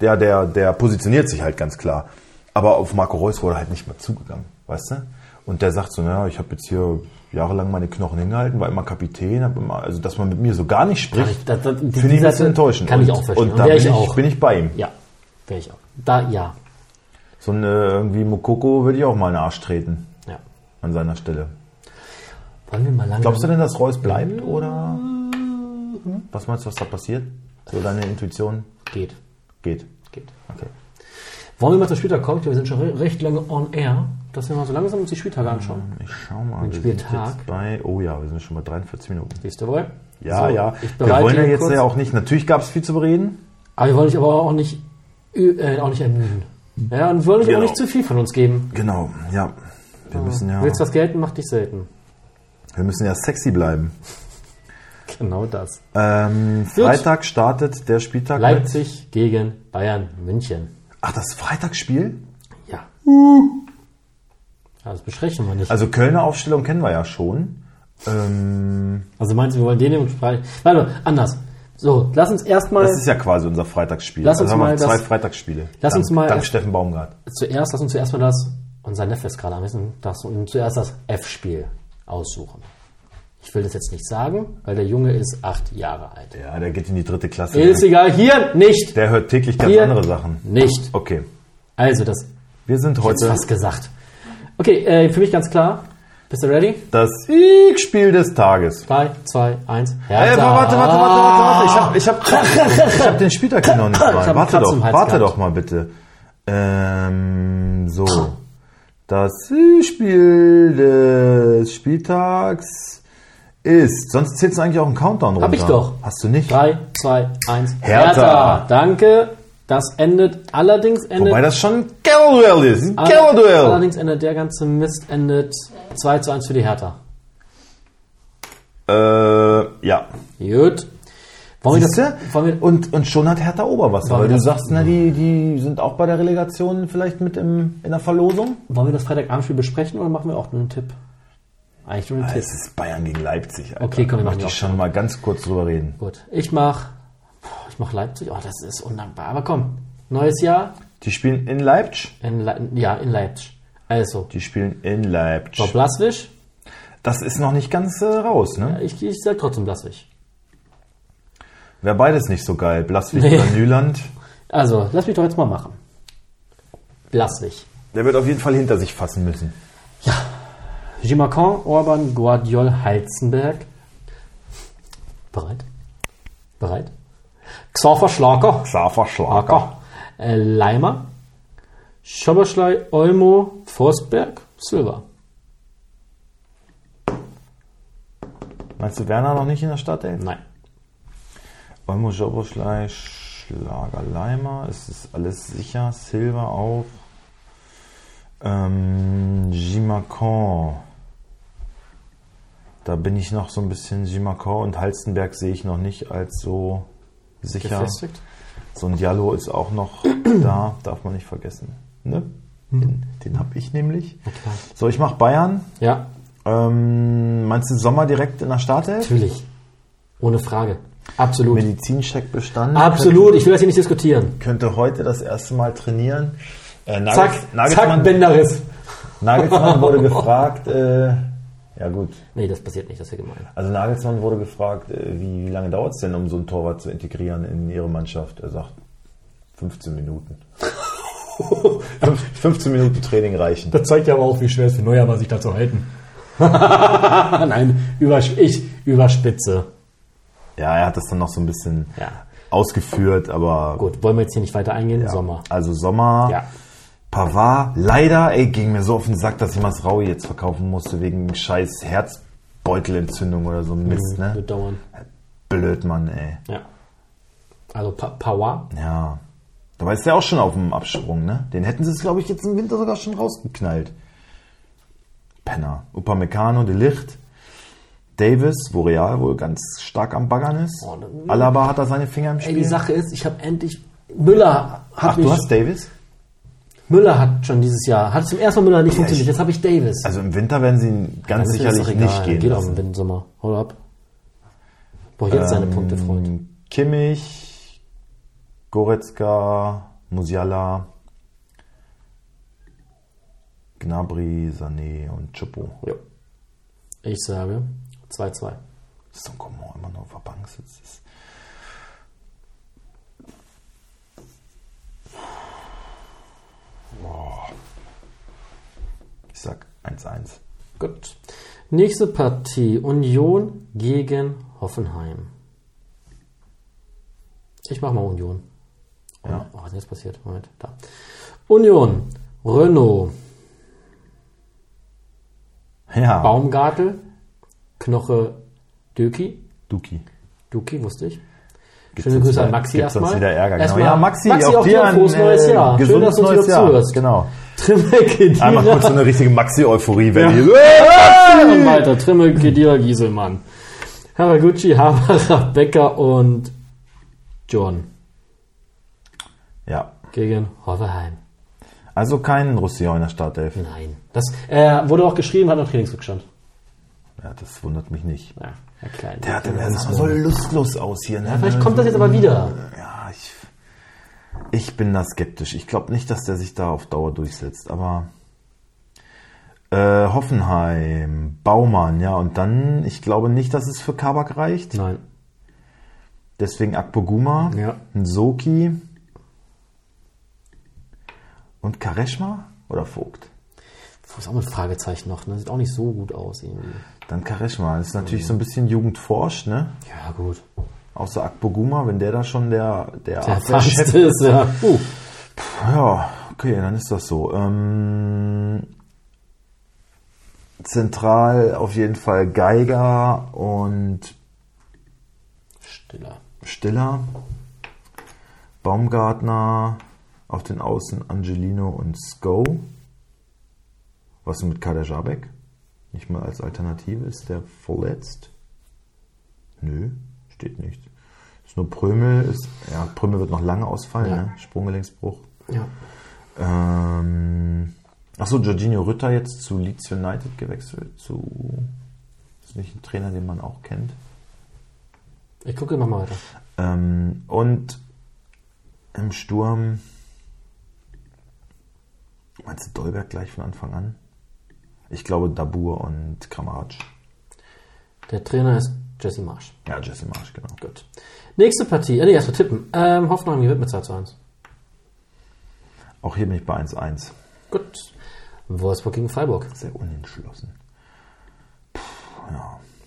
Speaker 1: der, der, der positioniert sich halt ganz klar. Aber auf Marco Reus wurde halt nicht mal zugegangen, weißt du? Und der sagt so, naja, ich habe jetzt hier jahrelang meine Knochen hingehalten, war immer Kapitän, hab immer, also dass man mit mir so gar nicht
Speaker 2: Kann
Speaker 1: spricht,
Speaker 2: ich- das- das- die-
Speaker 1: finde ich
Speaker 2: die
Speaker 1: ein bisschen
Speaker 2: Seite
Speaker 1: enttäuschend.
Speaker 2: kann ich
Speaker 1: Und-
Speaker 2: auch verstehen.
Speaker 1: Und
Speaker 2: Und
Speaker 1: da
Speaker 2: wär
Speaker 1: bin
Speaker 2: ich
Speaker 1: ich,
Speaker 2: auch.
Speaker 1: bin ich bei ihm.
Speaker 2: ja, wäre ich auch. Da, ja.
Speaker 1: So eine irgendwie Mokoko würde ich auch mal in den Arsch treten
Speaker 2: ja.
Speaker 1: an seiner Stelle.
Speaker 2: Wollen wir mal lange...
Speaker 1: Glaubst du denn, dass Reus bleibt oder
Speaker 2: Hm?
Speaker 1: was meinst du, was da passiert? So deine Intuition
Speaker 2: Geht.
Speaker 1: geht.
Speaker 2: Geht.
Speaker 1: Okay.
Speaker 2: Wollen wir mal zum Spieltag kommen? Ich glaube, Wir sind schon re- recht lange on air, dass wir mal so langsam uns die Spieltage anschauen.
Speaker 1: Ich schau mal. Wir
Speaker 2: Spieltag.
Speaker 1: Sind jetzt bei, oh ja, wir sind schon bei 43 Minuten.
Speaker 2: Siehst du wohl?
Speaker 1: Ja,
Speaker 2: So,
Speaker 1: ja.
Speaker 2: Ich
Speaker 1: Wir
Speaker 2: bereite
Speaker 1: wollen ja
Speaker 2: hier
Speaker 1: jetzt
Speaker 2: kurz-
Speaker 1: ja auch nicht. Natürlich gab es viel zu bereden.
Speaker 2: Aber wir wollen dich aber auch nicht, ü- äh, auch nicht ermüden. Ja, und wollen dich
Speaker 1: Genau.
Speaker 2: auch nicht zu viel von uns geben.
Speaker 1: Genau, ja. Wir müssen ja,
Speaker 2: Willst was gelten, macht dich selten.
Speaker 1: wir müssen ja sexy bleiben.
Speaker 2: Genau das.
Speaker 1: Ähm, Freitag startet der Spieltag. mit-
Speaker 2: Leipzig gegen Bayern München.
Speaker 1: Ach, das Freitagsspiel?
Speaker 2: Ja. Ja, Das besprechen wir nicht.
Speaker 1: Uh. Also Kölner Aufstellung kennen wir ja schon. Ähm,
Speaker 2: Also meinst du, wir wollen den nehmen? Warte mal, anders. So, lass uns erstmal
Speaker 1: das ist ja quasi unser Freitagsspiel.
Speaker 2: Lass uns
Speaker 1: also haben
Speaker 2: mal
Speaker 1: wir zwei
Speaker 2: das-
Speaker 1: Freitagsspiele.
Speaker 2: Lass
Speaker 1: dank,
Speaker 2: uns mal
Speaker 1: Dank
Speaker 2: erst-
Speaker 1: Steffen Baumgart.
Speaker 2: zuerst, lass uns zuerst mal das, unser Neffe ist gerade am Essen, das und zuerst das F-Spiel aussuchen. Ich will das jetzt nicht sagen, weil der Junge ist acht Jahre alt.
Speaker 1: Ja, der geht in die dritte Klasse.
Speaker 2: Ist egal, hier nicht.
Speaker 1: Der hört täglich ganz
Speaker 2: Hier
Speaker 1: andere Sachen.
Speaker 2: Nicht.
Speaker 1: Okay,
Speaker 2: Also, das
Speaker 1: wir sind
Speaker 2: Jetzt
Speaker 1: heute
Speaker 2: fast gesagt. Okay, äh, für mich ganz klar. Bist du ready?
Speaker 1: das Siegspiel des Tages.
Speaker 2: 3, 2, 1.
Speaker 1: Äh, warte, warte, warte, warte, warte, warte. Ich habe ich hab, ich hab den Spieltag hier noch nicht
Speaker 2: Ich hab
Speaker 1: mal.
Speaker 2: einen
Speaker 1: Warte
Speaker 2: Kratz im
Speaker 1: doch,
Speaker 2: Hals
Speaker 1: warte
Speaker 2: gehabt.
Speaker 1: doch mal bitte. Ähm, so. Das Siegspiel des Spieltags ist. Sonst zählst du eigentlich auch einen Countdown runter.
Speaker 2: ich doch.
Speaker 1: Hast du nicht?
Speaker 2: 3, 2, 1.
Speaker 1: Hertha.
Speaker 2: Danke. Das endet, allerdings endet...
Speaker 1: Wobei das schon ein Duell ist. Ein
Speaker 2: aller-
Speaker 1: Duell.
Speaker 2: Allerdings endet der ganze Mist, endet 2 zu 1 für die Hertha.
Speaker 1: Äh, ja.
Speaker 2: Gut. Wollen wir
Speaker 1: Siehste?
Speaker 2: das... Wollen wir,
Speaker 1: Und, und schon hat Hertha Oberwasser.
Speaker 2: Wollen
Speaker 1: Weil
Speaker 2: wir
Speaker 1: du
Speaker 2: das-
Speaker 1: sagst, na, die, die sind auch bei der Relegation vielleicht mit im, in der Verlosung.
Speaker 2: wollen wir das Freitagabendspiel besprechen oder machen wir auch nur einen Tipp? Eigentlich nur einen Tipp.
Speaker 1: Es ist Bayern gegen Leipzig. Alter.
Speaker 2: Okay, komm,
Speaker 1: Da
Speaker 2: wir machen
Speaker 1: möchte
Speaker 2: die
Speaker 1: ich schon mal ganz kurz drüber reden.
Speaker 2: Gut. Ich mach... Puh, Ich mach Leipzig. Oh, das ist undankbar. Aber komm. Neues Jahr,
Speaker 1: Die spielen in Leipzig.
Speaker 2: In Le ja, in Leipzig. Also,
Speaker 1: Die spielen in Leipzig.
Speaker 2: Bob Blaswich,
Speaker 1: Das ist noch nicht ganz äh, raus, ne?
Speaker 2: Ich, ich sag trotzdem Blaswig.
Speaker 1: Wäre beides nicht so geil. Blaswig
Speaker 2: Nee.
Speaker 1: oder Nyland.
Speaker 2: Also, lass mich doch jetzt mal machen. Blaswig.
Speaker 1: Der wird auf jeden Fall hinter sich fassen müssen.
Speaker 2: Gimacan, Orban, Guardiol, Heizenberg. Bereit? Bereit? Xaver, Schlager.
Speaker 1: Scharfer Schlager.
Speaker 2: Acker. Äh, Leimer. Schoberschlei, Olmo, Forsberg, Silber.
Speaker 1: Meinst du Werner noch nicht in der Stadt, ey?
Speaker 2: Nein.
Speaker 1: Olmo Joboschlei, Schlager Leimer. Es ist alles sicher. Silber auch. Ähm, Gimacan. Da bin ich noch so ein bisschen Gimacan und Halstenberg sehe ich noch nicht als so sicher.
Speaker 2: Gefestigt.
Speaker 1: So ein Diallo ist auch
Speaker 2: *clears throat*
Speaker 1: noch da, darf man nicht vergessen. Ne?
Speaker 2: Mhm.
Speaker 1: Den, den habe ich nämlich. So, ich mache Bayern.
Speaker 2: Ja,
Speaker 1: Ähm, meinst du Sommer direkt in der Startelf?
Speaker 2: natürlich. Ohne Frage. Absolut.
Speaker 1: Medizincheck bestanden.
Speaker 2: Absolut. Ich will das hier nicht diskutieren.
Speaker 1: Könnte, könnte heute das erste Mal trainieren. Äh, Nagels-
Speaker 2: Zack, zack,
Speaker 1: Nagelsmann,
Speaker 2: Bänderriss.
Speaker 1: Nagelsmann
Speaker 2: *laughs*
Speaker 1: wurde gefragt. Äh, ja gut.
Speaker 2: Nee, das passiert nicht, das ist ja gemein.
Speaker 1: Also Nagelsmann wurde gefragt, äh, wie, wie lange dauert es denn, um so einen Torwart zu integrieren in ihre Mannschaft? Er sagt 15
Speaker 2: *laughs*
Speaker 1: Minuten. Fünf- 15 Minuten Training reichen.
Speaker 2: Das zeigt ja aber auch, wie schwer es für Neuer war, sich da zu halten.
Speaker 1: Ah,
Speaker 2: Nein, übersch ich überspitze.
Speaker 1: Ja, er hat das dann noch so ein bisschen
Speaker 2: Ja.
Speaker 1: ausgeführt, aber
Speaker 2: Gut, wollen wir jetzt hier nicht weiter eingehen?
Speaker 1: ja.
Speaker 2: Sommer.
Speaker 1: Also Sommer,
Speaker 2: Ja.
Speaker 1: Pavard, leider, ey, ging mir so auf den Sack, dass ich Masraui jetzt verkaufen musste wegen scheiß Herzbeutelentzündung oder so ein Mist, ne?
Speaker 2: Wird dauern.
Speaker 1: Blöd, Mann, ey.
Speaker 2: Ja. Also pa Power.
Speaker 1: Ja. Dabei ist der auch schon auf dem Absprung, ne? Den hätten sie es, glaube ich, jetzt im Winter sogar schon rausgeknallt. Penner. Upamecano, De Licht. Davis, wo Real wohl ganz stark am Baggern ist.
Speaker 2: Oh, ne-
Speaker 1: Alaba hat da seine Finger im
Speaker 2: Ey,
Speaker 1: Spiel.
Speaker 2: die Sache ist, ich habe endlich Müller hat
Speaker 1: Ach,
Speaker 2: mich,
Speaker 1: du hast Davis?
Speaker 2: Müller hat schon dieses Jahr hat zum ersten Mal Müller nicht funktioniert. Jetzt habe ich Davis.
Speaker 1: Also im Winter werden sie ihn ganz
Speaker 2: Dann ist mir das
Speaker 1: sicherlich
Speaker 2: doch
Speaker 1: nicht
Speaker 2: egal.
Speaker 1: gehen
Speaker 2: Geht auch
Speaker 1: lassen.
Speaker 2: im Windsommer. Hol ab. Brauch jetzt seine Punkte,
Speaker 1: Ähm,
Speaker 2: Freund.
Speaker 1: Kimmich, Goretzka, Musiala, Gnabry, Sané und Chopo.
Speaker 2: Ja. Ich sage 2-2.
Speaker 1: Dass Son Coman immer noch auf der Bank sitzt. Ist Boah. Ich sag 1-1.
Speaker 2: Gut. Nächste Partie. Union gegen Hoffenheim. Ich mache mal Union.
Speaker 1: Ja.
Speaker 2: Oh, was ist jetzt passiert? Moment, da. Union, Renault,
Speaker 1: Ja,
Speaker 2: Baumgartel, Knoche, Döki.
Speaker 1: Duki.
Speaker 2: Duki, wusste ich. *laughs*
Speaker 1: Gibt's
Speaker 2: Schöne
Speaker 1: uns
Speaker 2: Grüße
Speaker 1: wieder-
Speaker 2: an Maxi
Speaker 1: gibt's uns
Speaker 2: erstmal.
Speaker 1: wieder Ärger.
Speaker 2: Erstmal
Speaker 1: Genau. Ja, Maxi,
Speaker 2: Maxi
Speaker 1: auch
Speaker 2: auch dir
Speaker 1: dir
Speaker 2: ein
Speaker 1: ein,
Speaker 2: frohes neues
Speaker 1: äh,
Speaker 2: Jahr. Schön,
Speaker 1: gesundes
Speaker 2: dass du uns
Speaker 1: neues
Speaker 2: wieder
Speaker 1: Jahr.
Speaker 2: zuhörst.
Speaker 1: Genau.
Speaker 2: Trimmel Kedira.
Speaker 1: Einmal kurz so eine richtige Maxi-Euphorie, wenn die.
Speaker 2: *laughs* Und weiter. Trimmel Kedira Gieselmann. Haraguchi, Haberer, Becker und John
Speaker 1: Ja,
Speaker 2: gegen Hoffenheim.
Speaker 1: also kein Roussillon in der Startelf.
Speaker 2: Nein. Das äh, wurde auch geschrieben, hat noch Trainingsrückstand.
Speaker 1: Ja, das wundert mich nicht.
Speaker 2: Ja, Herr Klein.
Speaker 1: Der hat immer so lustlos aus hier. Ne?
Speaker 2: Vielleicht kommt das jetzt aber wieder.
Speaker 1: Ja, ich, ich bin da skeptisch. Ich glaube nicht, dass der sich da auf Dauer durchsetzt. Aber äh, Hoffenheim, Baumann, ja. Und dann, ich glaube nicht, dass es für Kabak reicht.
Speaker 2: Nein.
Speaker 1: Deswegen Akpoguma,
Speaker 2: Ja.
Speaker 1: Nsoki und Kareshma oder Vogt.
Speaker 2: Puh, Ist auch mit Fragezeichen noch, ne? Sieht auch nicht so gut aus irgendwie.
Speaker 1: Dann Kareshma. Das ist natürlich so ein bisschen Jugendforsch, ne?
Speaker 2: Ja, gut.
Speaker 1: Außer Akpoguma, wenn der da schon der, der,
Speaker 2: Ah, Der
Speaker 1: Abwehrchef
Speaker 2: Fast ist, ja. Uh.
Speaker 1: Ja, okay, dann ist das so. Ähm, zentral auf jeden Fall Geiger und
Speaker 2: Stiller.
Speaker 1: Stiller. Baumgartner auf den Außen Angelino und Sko. Was ist mit Kader Jabek? Nicht mal als Alternative. Ist der verletzt? Nö, steht nicht. Ist nur Prömel. Ist, ja, Prömel wird noch lange ausfallen,
Speaker 2: Ja.
Speaker 1: ne? Sprunggelenksbruch.
Speaker 2: Ja.
Speaker 1: Ähm, Achso, Jorginho Rütter jetzt zu Leeds United gewechselt. Zu, ist nicht ein Trainer, den man auch kennt.
Speaker 2: Ich gucke immer mal weiter.
Speaker 1: Ähm, und im Sturm. Meinst du Dolberg gleich von Anfang an? Ich glaube Dabur und Kramaric.
Speaker 2: Der Trainer ist Jesse Marsch.
Speaker 1: Ja, Jesse Marsch, genau.
Speaker 2: Gut. Nächste Partie. Äh, nee, erstmal tippen. Ähm, Hoffenheim gewinnt mit 2 zu 1.
Speaker 1: Auch hier bin ich bei 1-1.
Speaker 2: Gut. Wolfsburg gegen Freiburg.
Speaker 1: Sehr unentschlossen.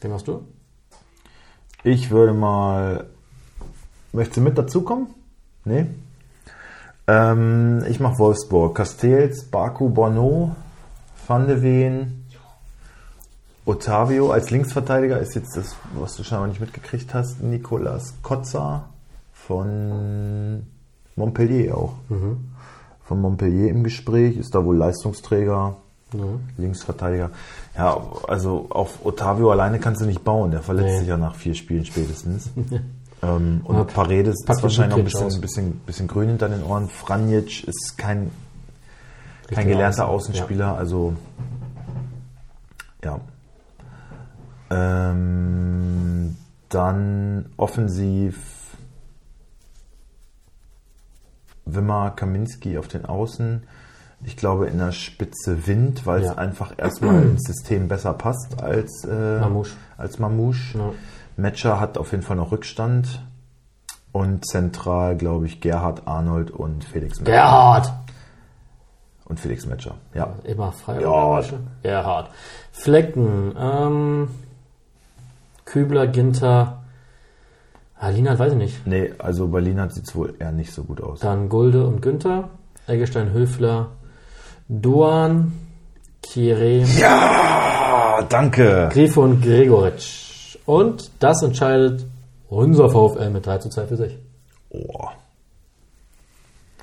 Speaker 2: Wen machst du?
Speaker 1: Ich würde mal. Möchtest du mit dazukommen? Nee? Ähm, ich mache Wolfsburg. Castells, Baku, Bono, Van de Ven, Otavio als Linksverteidiger ist jetzt das, was du scheinbar nicht mitgekriegt hast, Nicolas Kotzer von Montpellier auch. Von Montpellier im Gespräch, ist da wohl Leistungsträger, Linksverteidiger. Ja, also auf Otavio alleine kannst du nicht bauen, der verletzt
Speaker 2: Nee.
Speaker 1: sich ja nach vier Spielen spätestens. ähm, und Paredes
Speaker 2: packt
Speaker 1: ist wahrscheinlich noch ein
Speaker 2: Mitrovic
Speaker 1: bisschen,
Speaker 2: aus.
Speaker 1: ein bisschen, bisschen grün hinter den Ohren. Franjic ist kein, kein
Speaker 2: Richtiger
Speaker 1: gelernter
Speaker 2: Außen-
Speaker 1: Außenspieler, also ja. Ähm, dann offensiv Wimmer Kaminski auf den Außen. Ich glaube in der Spitze Wind, weil
Speaker 2: Ja.
Speaker 1: es einfach erstmal ins System besser passt als äh,
Speaker 2: Mamouche.
Speaker 1: Als Mamouche.
Speaker 2: Ja.
Speaker 1: Metscher hat auf jeden Fall noch Rückstand. Und zentral, glaube ich, Gerhard Arnold und Felix Metscher.
Speaker 2: Gerhard!
Speaker 1: Und Felix Metscher, ja.
Speaker 2: Immer frei.
Speaker 1: Gerhard.
Speaker 2: Gerhard. Flecken. Ähm, Kübler, Ginter. Alina, weiß ich nicht.
Speaker 1: Nee, also bei Linhardt sieht es wohl eher nicht so gut aus.
Speaker 2: Dann Gulde und Günther. Eggestein, Höfler. Duan. Kire.
Speaker 1: Ah, danke!
Speaker 2: Grifo und Gregoritsch. Und das entscheidet unser VfL mit 3 zu 2 für sich.
Speaker 1: Oh.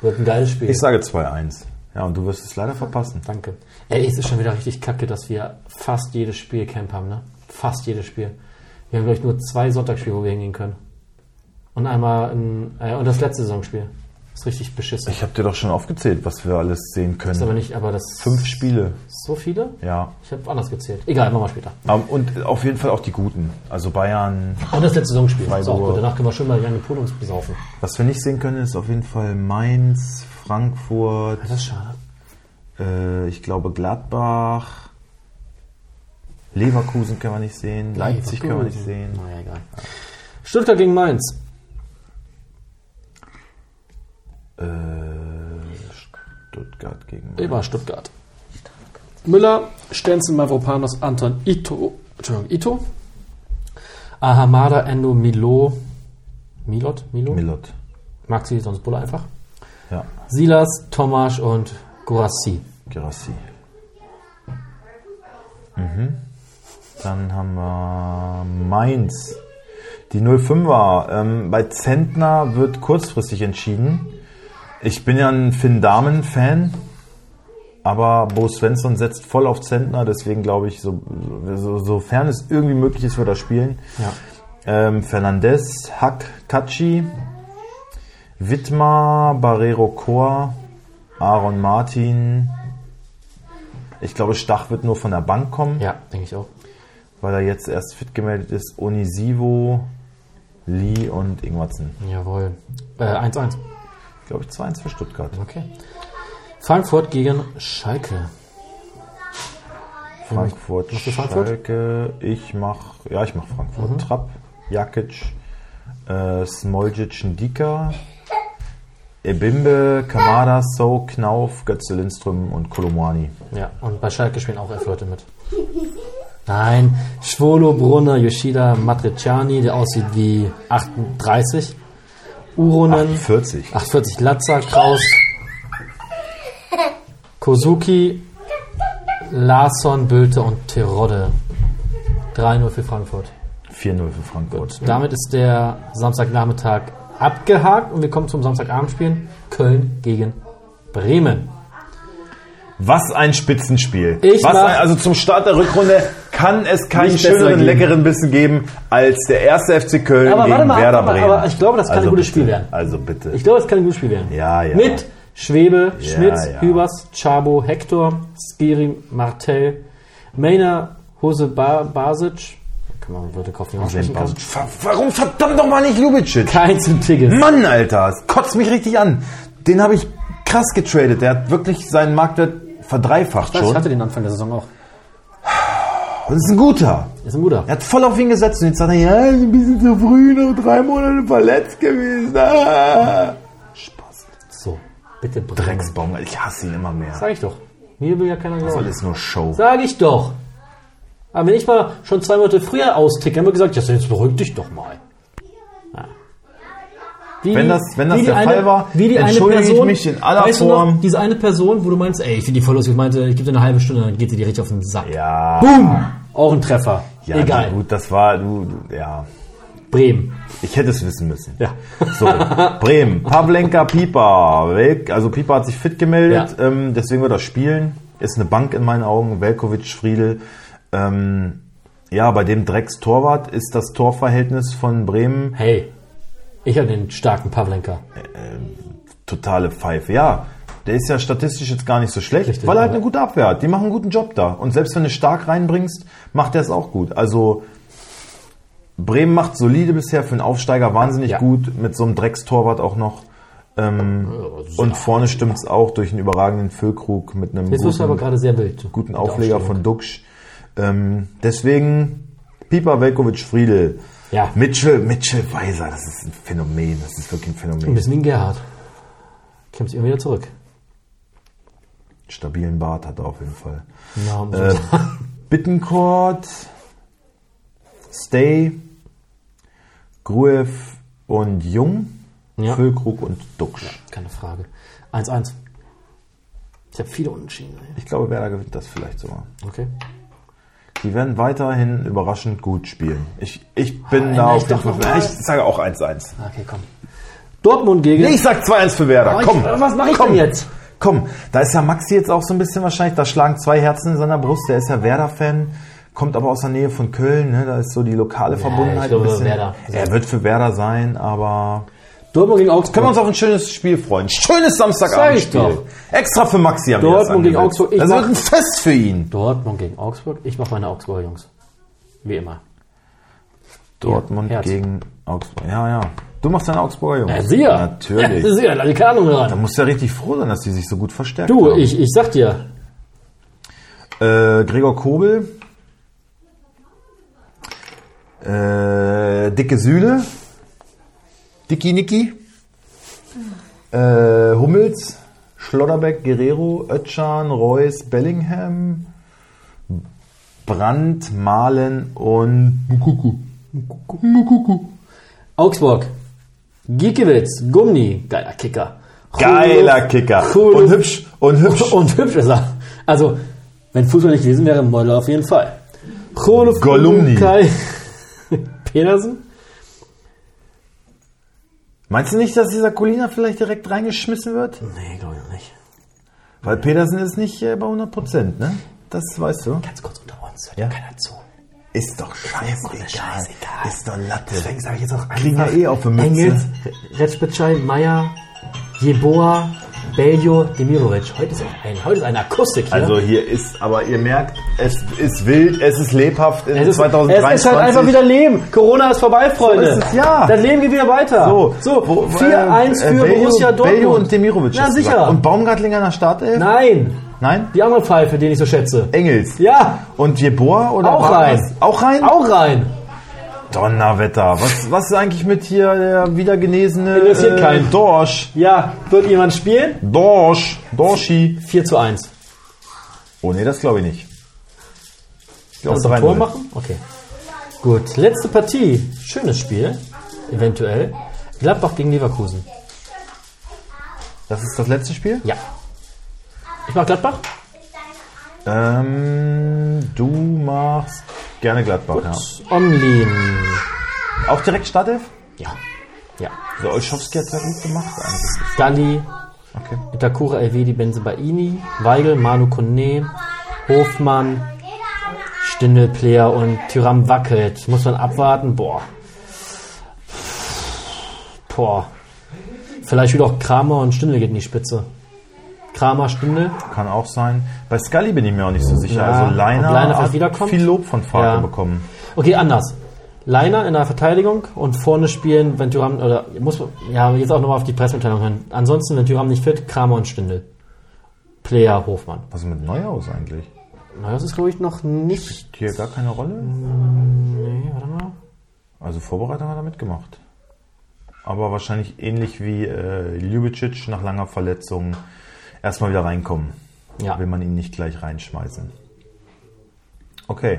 Speaker 2: Wird ein geiles Spiel.
Speaker 1: Ich sage 2-1. Ja, und du wirst es leider verpassen.
Speaker 2: Danke. Ey, es ist schon wieder richtig kacke, dass wir fast jedes Spiel Camp haben, ne? Fast jedes Spiel. Wir haben, glaube ich, nur zwei Sonntagsspiele, wo wir hingehen können. Und einmal ein, äh, und das letzte Saisonspiel. Ist richtig beschissen.
Speaker 1: Ich habe dir doch schon aufgezählt, was wir alles sehen
Speaker 2: ist aber
Speaker 1: können.
Speaker 2: nicht, aber das.
Speaker 1: Fünf Spiele,
Speaker 2: So viele?
Speaker 1: ja.
Speaker 2: Ich habe anders gezählt. Egal, machen wir später.
Speaker 1: Ähm, Und auf jeden Fall auch die guten. Also Bayern.
Speaker 2: Und das letzte Saisonspiel. Ist auch
Speaker 1: Freiburg.
Speaker 2: gut. Danach können wir schon mal Janne Pool uns besaufen.
Speaker 1: Was wir nicht sehen können, ist auf jeden Fall Mainz, Frankfurt,
Speaker 2: Das ist schade.
Speaker 1: äh, ich glaube Gladbach, Leverkusen können wir nicht sehen, Leipzig können wir nicht sehen.
Speaker 2: Naja, egal. Stuttgart gegen Mainz.
Speaker 1: Äh, Stuttgart gegen Mainz.
Speaker 2: Eber Stuttgart. Müller, Stenzel, Mavropanos, Anton, Ito, Entschuldigung, Ito, Ahamada, Endo, Milo, Milot, Milo,
Speaker 1: Millot.
Speaker 2: Maxi, sonst Bulle einfach,
Speaker 1: Ja,
Speaker 2: Silas, Tomasch und Gorassi.
Speaker 1: Gerassi. Mhm. Dann haben wir Mainz. Die 05er. Ähm, bei Zentner wird kurzfristig entschieden. Ich bin ja ein Finn Damen-Fan, aber Bo Svensson setzt voll auf Zentner, deswegen glaube ich, so, so, sofern es irgendwie möglich ist, wird er spielen.
Speaker 2: Ja.
Speaker 1: Ähm, Fernandez, Hack, Katschi, Wittmar, Barrero Chor, Aaron Martin. Ich glaube, Stach wird nur von der Bank kommen,
Speaker 2: Ja, denke ich auch.
Speaker 1: weil er jetzt erst fit gemeldet ist. Onisivo, Lee und Ingwertsen.
Speaker 2: Jawohl. Äh, 1-1.
Speaker 1: Glaube ich 2-1 für Stuttgart.
Speaker 2: Okay. Frankfurt gegen Schalke.
Speaker 1: Frankfurt,
Speaker 2: du Frankfurt?
Speaker 1: Schalke. Ich mach, ja, ich mach Frankfurt. Trapp, Jakic, äh, Smoljic, Ndika, Ebimbe, Kamada, So, Knauf, Götze, Lindström und Kolomwani.
Speaker 2: Ja, und bei Schalke spielen auch elf Leute mit. Nein, Schwolo, Brunner, Yoshida, Matriciani, der aussieht wie 38. Uronen,
Speaker 1: 48.
Speaker 2: 48, Latza, Kraus, Kosuki, Larsson, Bülte und Terodde. 3-0 für Frankfurt.
Speaker 1: 4-0 für Frankfurt.
Speaker 2: Damit ist der Samstagnachmittag abgehakt und wir kommen zum Samstagabendspielen. Köln gegen Bremen.
Speaker 1: Was ein Spitzenspiel.
Speaker 2: Ich
Speaker 1: Was
Speaker 2: mach-
Speaker 1: ein, also zum Start der Rückrunde kann es keinen
Speaker 2: Nicht besser
Speaker 1: schöneren,
Speaker 2: geben.
Speaker 1: leckeren Bissen geben als der erste FC Köln
Speaker 2: Aber
Speaker 1: gegen
Speaker 2: warte mal,
Speaker 1: Werder
Speaker 2: aber-
Speaker 1: Bremen.
Speaker 2: aber ich glaube, das kann ein gutes
Speaker 1: bitte,
Speaker 2: Spiel werden.
Speaker 1: Also bitte.
Speaker 2: Ich glaube, es kann ein gutes Spiel werden.
Speaker 1: Ja, ja.
Speaker 2: Mit Schwebe, Schmitz,
Speaker 1: ja.
Speaker 2: Hübers, Chabo, Hector, Skiri, Martell, Mayner, Hose ba Basic. Kann man Wörter kaufen, die man
Speaker 1: Den
Speaker 2: sprechen kann.
Speaker 1: Pausen- Ver- Warum verdammt nochmal nicht Lubicic?
Speaker 2: Keins und Tigges.
Speaker 1: Mann, Alter, es kotzt mich richtig an. Den habe ich krass getradet. Der hat wirklich seinen Marktwert verdreifacht
Speaker 2: Ich
Speaker 1: schon.
Speaker 2: hatte den Anfang der Saison auch.
Speaker 1: Und ist ein guter.
Speaker 2: Ist ein guter.
Speaker 1: Er hat voll auf ihn gesetzt und jetzt sagt er, ja, ist ein bisschen zu früh, noch drei Monate verletzt gewesen. Ah. Spaß.
Speaker 2: So, bitte Drecks.
Speaker 1: Drecksbaum, ich hasse ihn immer mehr.
Speaker 2: Sag ich doch. Mir will ja keiner glauben.
Speaker 1: Alles nur Show.
Speaker 2: Sag ich doch. Aber wenn ich mal schon zwei Monate früher austicke, haben wir gesagt, Justin, jetzt beruhig dich doch mal. Ja. Wie-
Speaker 1: Wenn das- wenn das
Speaker 2: die
Speaker 1: der
Speaker 2: eine,
Speaker 1: Fall war,
Speaker 2: wie die eine
Speaker 1: entschuldige ich
Speaker 2: Person,
Speaker 1: mich in aller
Speaker 2: weißt Du
Speaker 1: Form.
Speaker 2: noch, diese eine Person, wo du meinst, ey, ich finde die voll lustig, ich meinte, ich gebe dir eine halbe Stunde, dann geht sie dir richtig auf den Sack.
Speaker 1: Ja,
Speaker 2: Boom! Auch ein Treffer.
Speaker 1: ja
Speaker 2: Egal.
Speaker 1: gut, das war, du, du- ja.
Speaker 2: Bremen.
Speaker 1: Ich hätte es wissen müssen.
Speaker 2: Ja. *laughs*
Speaker 1: So, Bremen, Pavlenka Pieper. Welk, also Pieper hat sich fit gemeldet,
Speaker 2: Ja.
Speaker 1: ähm, deswegen wird er spielen. Ist eine Bank in meinen Augen. Velkovic, Friedel. Ähm, ja, bei dem Drecks Torwart ist das Torverhältnis von Bremen
Speaker 2: Hey, ich habe den starken Pavlenka.
Speaker 1: totale Pfeife. Ja, der ist ja statistisch jetzt gar nicht so schlecht,
Speaker 2: Richtig,
Speaker 1: weil er halt
Speaker 2: ja.
Speaker 1: eine gute Abwehr hat. Die machen einen guten Job da. Und selbst wenn du stark reinbringst, macht er es auch gut. Also Bremen macht solide bisher für einen Aufsteiger wahnsinnig
Speaker 2: Ja.
Speaker 1: gut, mit so einem Dreckstorwart auch noch. Ähm, Und vorne stimmt's auch durch einen überragenden Füllkrug mit einem
Speaker 2: Jetzt wirst du aber
Speaker 1: guten,
Speaker 2: gerade sehr wild.
Speaker 1: guten
Speaker 2: Mit der
Speaker 1: Aufleger
Speaker 2: Aufstellung.
Speaker 1: von Duxch. Ähm, deswegen Pipa Velkovic Friedel.
Speaker 2: Ja.
Speaker 1: Mitchell, Mitchell Weiser, das ist ein Phänomen, das ist wirklich ein
Speaker 2: Ein
Speaker 1: Phänomen.
Speaker 2: bisschen wie ein Gerhard. Kämpft immer wieder zurück.
Speaker 1: Stabilen Bart hat er auf jeden Fall.
Speaker 2: Na, um und
Speaker 1: Äh,
Speaker 2: so.
Speaker 1: Bittencourt, Stay, Gruev und Jung,
Speaker 2: Ja.
Speaker 1: Füllkrug und Duxch.
Speaker 2: Keine Frage. 1-1. Ich habe viele Unentschieden. ey.
Speaker 1: Ich glaube, Werder gewinnt das vielleicht sogar.
Speaker 2: Okay.
Speaker 1: Die werden weiterhin überraschend gut spielen. Ich, ich bin da
Speaker 2: Ah, na, ich
Speaker 1: auf jeden
Speaker 2: doch noch
Speaker 1: Fall.
Speaker 2: mal.
Speaker 1: Ich sage auch 1-1.
Speaker 2: Okay, komm. Dortmund gegen.
Speaker 1: Nee, ich sag 2-1 für Werder.
Speaker 2: Aber Oh, ich-
Speaker 1: Komm.
Speaker 2: was mache ich
Speaker 1: komm,
Speaker 2: denn jetzt?
Speaker 1: Komm, da ist ja Maxi jetzt auch so ein bisschen wahrscheinlich, da schlagen zwei Herzen in seiner Brust. Der ist ja Werder-Fan, kommt aber aus der Nähe von Köln. Ne? Da ist so die lokale Verbundenheit
Speaker 2: ich glaube,
Speaker 1: ein bisschen.
Speaker 2: Werder.
Speaker 1: Er wird für Werder sein, aber
Speaker 2: Dortmund gegen Augsburg.
Speaker 1: können wir uns auf ein schönes Spiel freuen. Schönes
Speaker 2: Sag
Speaker 1: Samstagabendspiel.
Speaker 2: ich
Speaker 1: Extra für Maxi am
Speaker 2: Dortmund gegen Augsburg. Ich
Speaker 1: Das
Speaker 2: mach-
Speaker 1: wird ein Fest für ihn.
Speaker 2: Dortmund gegen Augsburg. Ich mache meine Augsburger Jungs. Wie immer.
Speaker 1: Dortmund
Speaker 2: Herz.
Speaker 1: gegen Augsburg. Ja, ja. Du machst deinen Augsburger Jungs.
Speaker 2: Ja, sicher.
Speaker 1: Natürlich.
Speaker 2: Ja, sicher, lass die Kanu
Speaker 1: *laughs* Da
Speaker 2: ran.
Speaker 1: musst du ja richtig froh sein, dass die sich so gut verstärkt
Speaker 2: Du,
Speaker 1: haben.
Speaker 2: ich, ich sag dir.
Speaker 1: Äh, Gregor Kobel. Äh, Dicke Sühle. Dicky Nicky. Äh, Hummels. Schlotterbeck, Guerrero, Ötchan, Reus, Bellingham, Brandt, Malen und Mukuku. Mukuku.
Speaker 2: Augsburg. Giekewitz. Gumni. Geiler Kicker.
Speaker 1: Geiler Kicker.
Speaker 2: Cool.
Speaker 1: Und hübsch. Und hübsch.
Speaker 2: Und hübsch ist er. Also, wenn Fußball nicht gewesen wäre, Model auf jeden Fall. Cholof
Speaker 1: Golumny.
Speaker 2: Kai *laughs* Pedersen.
Speaker 1: Meinst du nicht, dass dieser Colina vielleicht direkt reingeschmissen wird?
Speaker 2: Nee, glaube ich nicht.
Speaker 1: Weil Petersen ist nicht äh, bei 100 Prozent, ne? Das weißt du.
Speaker 2: Ganz kurz unter uns, hört
Speaker 1: Ja.
Speaker 2: keiner zu.
Speaker 1: Ist doch scheißegal.
Speaker 2: scheißegal.
Speaker 1: Ist doch Latte.
Speaker 2: Deswegen sage ich jetzt auch
Speaker 1: Kriegen
Speaker 2: einfach
Speaker 1: wir eh auf die Mütze.
Speaker 2: Engels, Retschbitschei, Meier, Jeboa, Beljo, Demirovic. Heute ist ein, heute ist eine Akustik hier.
Speaker 1: Also hier ist, aber ihr merkt, es ist wild, es ist lebhaft in
Speaker 2: es ist,
Speaker 1: 2023.
Speaker 2: es ist halt einfach wieder Leben. Corona ist vorbei, Freunde.
Speaker 1: ist es, ja.
Speaker 2: Das Leben geht wieder weiter.
Speaker 1: so,
Speaker 2: so
Speaker 1: Wo-
Speaker 2: 4-1
Speaker 1: äh,
Speaker 2: für
Speaker 1: Beljo-
Speaker 2: Borussia Dortmund.
Speaker 1: Beljo und Demirovic.
Speaker 2: Ja,
Speaker 1: hast du
Speaker 2: sicher.
Speaker 1: gesagt. Und Baumgartlinger in der Startelf?
Speaker 2: Nein,
Speaker 1: Nein?
Speaker 2: die andere Pfeife, die ich so schätze.
Speaker 1: Engels.
Speaker 2: Ja,
Speaker 1: Und Jeboa oder
Speaker 2: Auch
Speaker 1: war
Speaker 2: rein.
Speaker 1: das? Auch rein?
Speaker 2: auch rein.
Speaker 1: Donnerwetter. Was, was ist eigentlich mit hier der wiedergenesene äh,
Speaker 2: Interessiert keinen.
Speaker 1: Dorsch?
Speaker 2: Ja, wird jemand spielen?
Speaker 1: Dorsch. Dorschi.
Speaker 2: 4 zu 1.
Speaker 1: Oh nee, das glaube ich nicht. Ich glaub,
Speaker 2: Kannst du ein Tor
Speaker 1: 3-0.
Speaker 2: machen? Okay. Gut, letzte Partie. Schönes Spiel, eventuell. Gladbach gegen Leverkusen.
Speaker 1: Das ist das letzte Spiel?
Speaker 2: Ja. Ich mach Gladbach.
Speaker 1: Ähm, du machst gerne Gladbach, ja.
Speaker 2: Omlin.
Speaker 1: Auch direkt Startelf?
Speaker 2: Ja. Ja.
Speaker 1: Also Olschowski hat ja gut gemacht eigentlich.
Speaker 2: Galli,
Speaker 1: Okay.
Speaker 2: Itakura Elvedi Benzebaini, Weigel, Manu Kone, Hofmann, Stindel, Player und Tyram wackelt. Muss man abwarten? Boah. Boah. Vielleicht wieder auch Kramer und Stindel geht in die Spitze. Kramer, Stindel.
Speaker 1: Kann auch sein. Bei Scully bin ich mir auch nicht so sicher.
Speaker 2: Ja,
Speaker 1: Also Leiner,
Speaker 2: ob Leiner vielleicht
Speaker 1: hat
Speaker 2: wiederkommt?
Speaker 1: viel Lob von Vater
Speaker 2: Ja.
Speaker 1: bekommen.
Speaker 2: Okay, anders. Leiner in der Verteidigung und vorne spielen, wenn Thuram, oder muss man- ja jetzt auch nochmal auf die Pressemitteilung hören. Ansonsten, wenn Thuram nicht fit, Kramer und Stindel. Player Hofmann.
Speaker 1: Was ist mit Neuhaus eigentlich?
Speaker 2: Neuer ist, glaube ich, noch nicht.
Speaker 1: Hier gar keine Rolle.
Speaker 2: Hm, Nee, warte mal.
Speaker 1: Also Vorbereitung hat er mitgemacht. Aber wahrscheinlich ähnlich wie äh, Ljubicic nach langer Verletzung erstmal wieder reinkommen.
Speaker 2: Ja.
Speaker 1: Will man ihn nicht gleich reinschmeißen. Okay.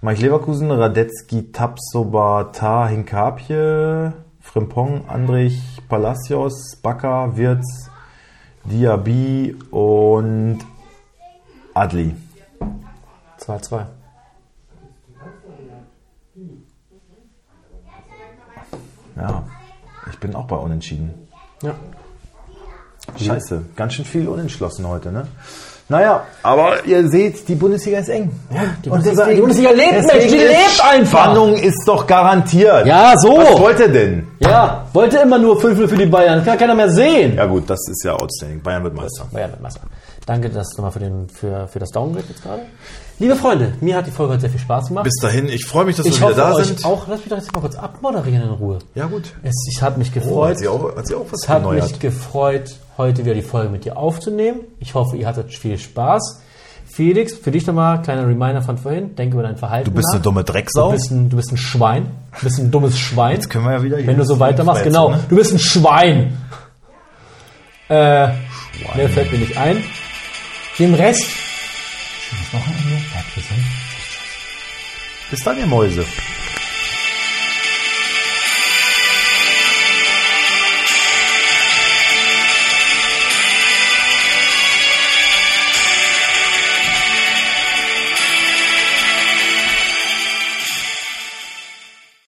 Speaker 1: Mike Leverkusen, Radetzky, Tapsoba, Tah, Hinkapje, Frimpong, Andrich, Palacios, Bakker, Wirtz, Diaby und Adli.
Speaker 2: 2-2.
Speaker 1: Ja, ich bin auch bei Unentschieden.
Speaker 2: Ja.
Speaker 1: Scheiße, ganz schön viel unentschlossen heute, ne? Naja, aber ihr seht, die Bundesliga ist eng. Ja,
Speaker 2: die Bundesliga- die Bundesliga lebt, Mensch, die lebt einfach.
Speaker 1: Spannung ist doch garantiert.
Speaker 2: Ja, so.
Speaker 1: Was wollt ihr denn?
Speaker 2: Ja, wollte immer nur 5-0 für die Bayern. Kann keiner mehr sehen.
Speaker 1: Ja gut, das ist ja outstanding. Bayern wird Meister.
Speaker 2: Bayern mit Meister. Danke das nochmal für, den, für, für das Downgrade jetzt gerade. Liebe Freunde, mir hat die Folge heute sehr viel Spaß gemacht.
Speaker 1: Bis dahin, ich freue mich, dass
Speaker 2: ich
Speaker 1: wir
Speaker 2: hoffe,
Speaker 1: wieder da
Speaker 2: euch
Speaker 1: sind.
Speaker 2: auch. Lass mich doch jetzt mal kurz abmoderieren in Ruhe.
Speaker 1: Ja gut.
Speaker 2: Es, ich habe mich
Speaker 1: Oh,
Speaker 2: gefreut.
Speaker 1: hat, sie auch, hat sie auch was
Speaker 2: es hat mich
Speaker 1: erneuert.
Speaker 2: gefreut, heute wieder die Folge mit dir aufzunehmen. Ich hoffe, ihr hattet viel Spaß. Felix, für dich nochmal kleiner Reminder von vorhin. Denk über dein Verhalten.
Speaker 1: Du bist
Speaker 2: nach.
Speaker 1: eine dumme
Speaker 2: Du
Speaker 1: Drecksau.
Speaker 2: bist, ein, du bist ein Schwein. Du bist ein dummes Schwein. Jetzt
Speaker 1: können wir ja wieder hier
Speaker 2: Wenn du so
Speaker 1: ins Team
Speaker 2: weitermachst,
Speaker 1: fletzen,
Speaker 2: genau.
Speaker 1: ne?
Speaker 2: Du bist ein Schwein. Äh, Mehr fällt mir nicht ein. Dem Rest. Schönes Wochenende. Bleibt gesund.
Speaker 1: Bis dann, ihr Mäuse.